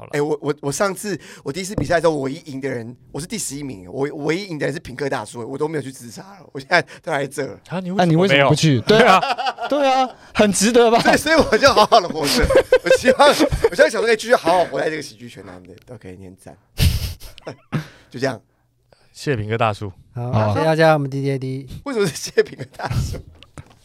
Speaker 4: 好了
Speaker 2: 哎、，我我我上次我第一次比赛的时候，我唯一赢的人我是第十一名，我我唯一赢的人是品客大叔，我都没有去自杀了，我现在都来这了，
Speaker 4: 啊，你
Speaker 3: 那、你为什
Speaker 4: 没
Speaker 3: 么
Speaker 4: 有
Speaker 3: 不？去？对 啊，对啊，很值得吧？
Speaker 2: 对，所以我就好好的活着。我希望我希望小时候可以继续好好活在这个喜剧圈啊，对，OK，你很赞， 就这样。
Speaker 4: 谢谢平哥大叔，
Speaker 1: 好，
Speaker 3: 好啊
Speaker 1: 谢谢大家，我们 D D A D。
Speaker 2: 为什么是谢品客大叔？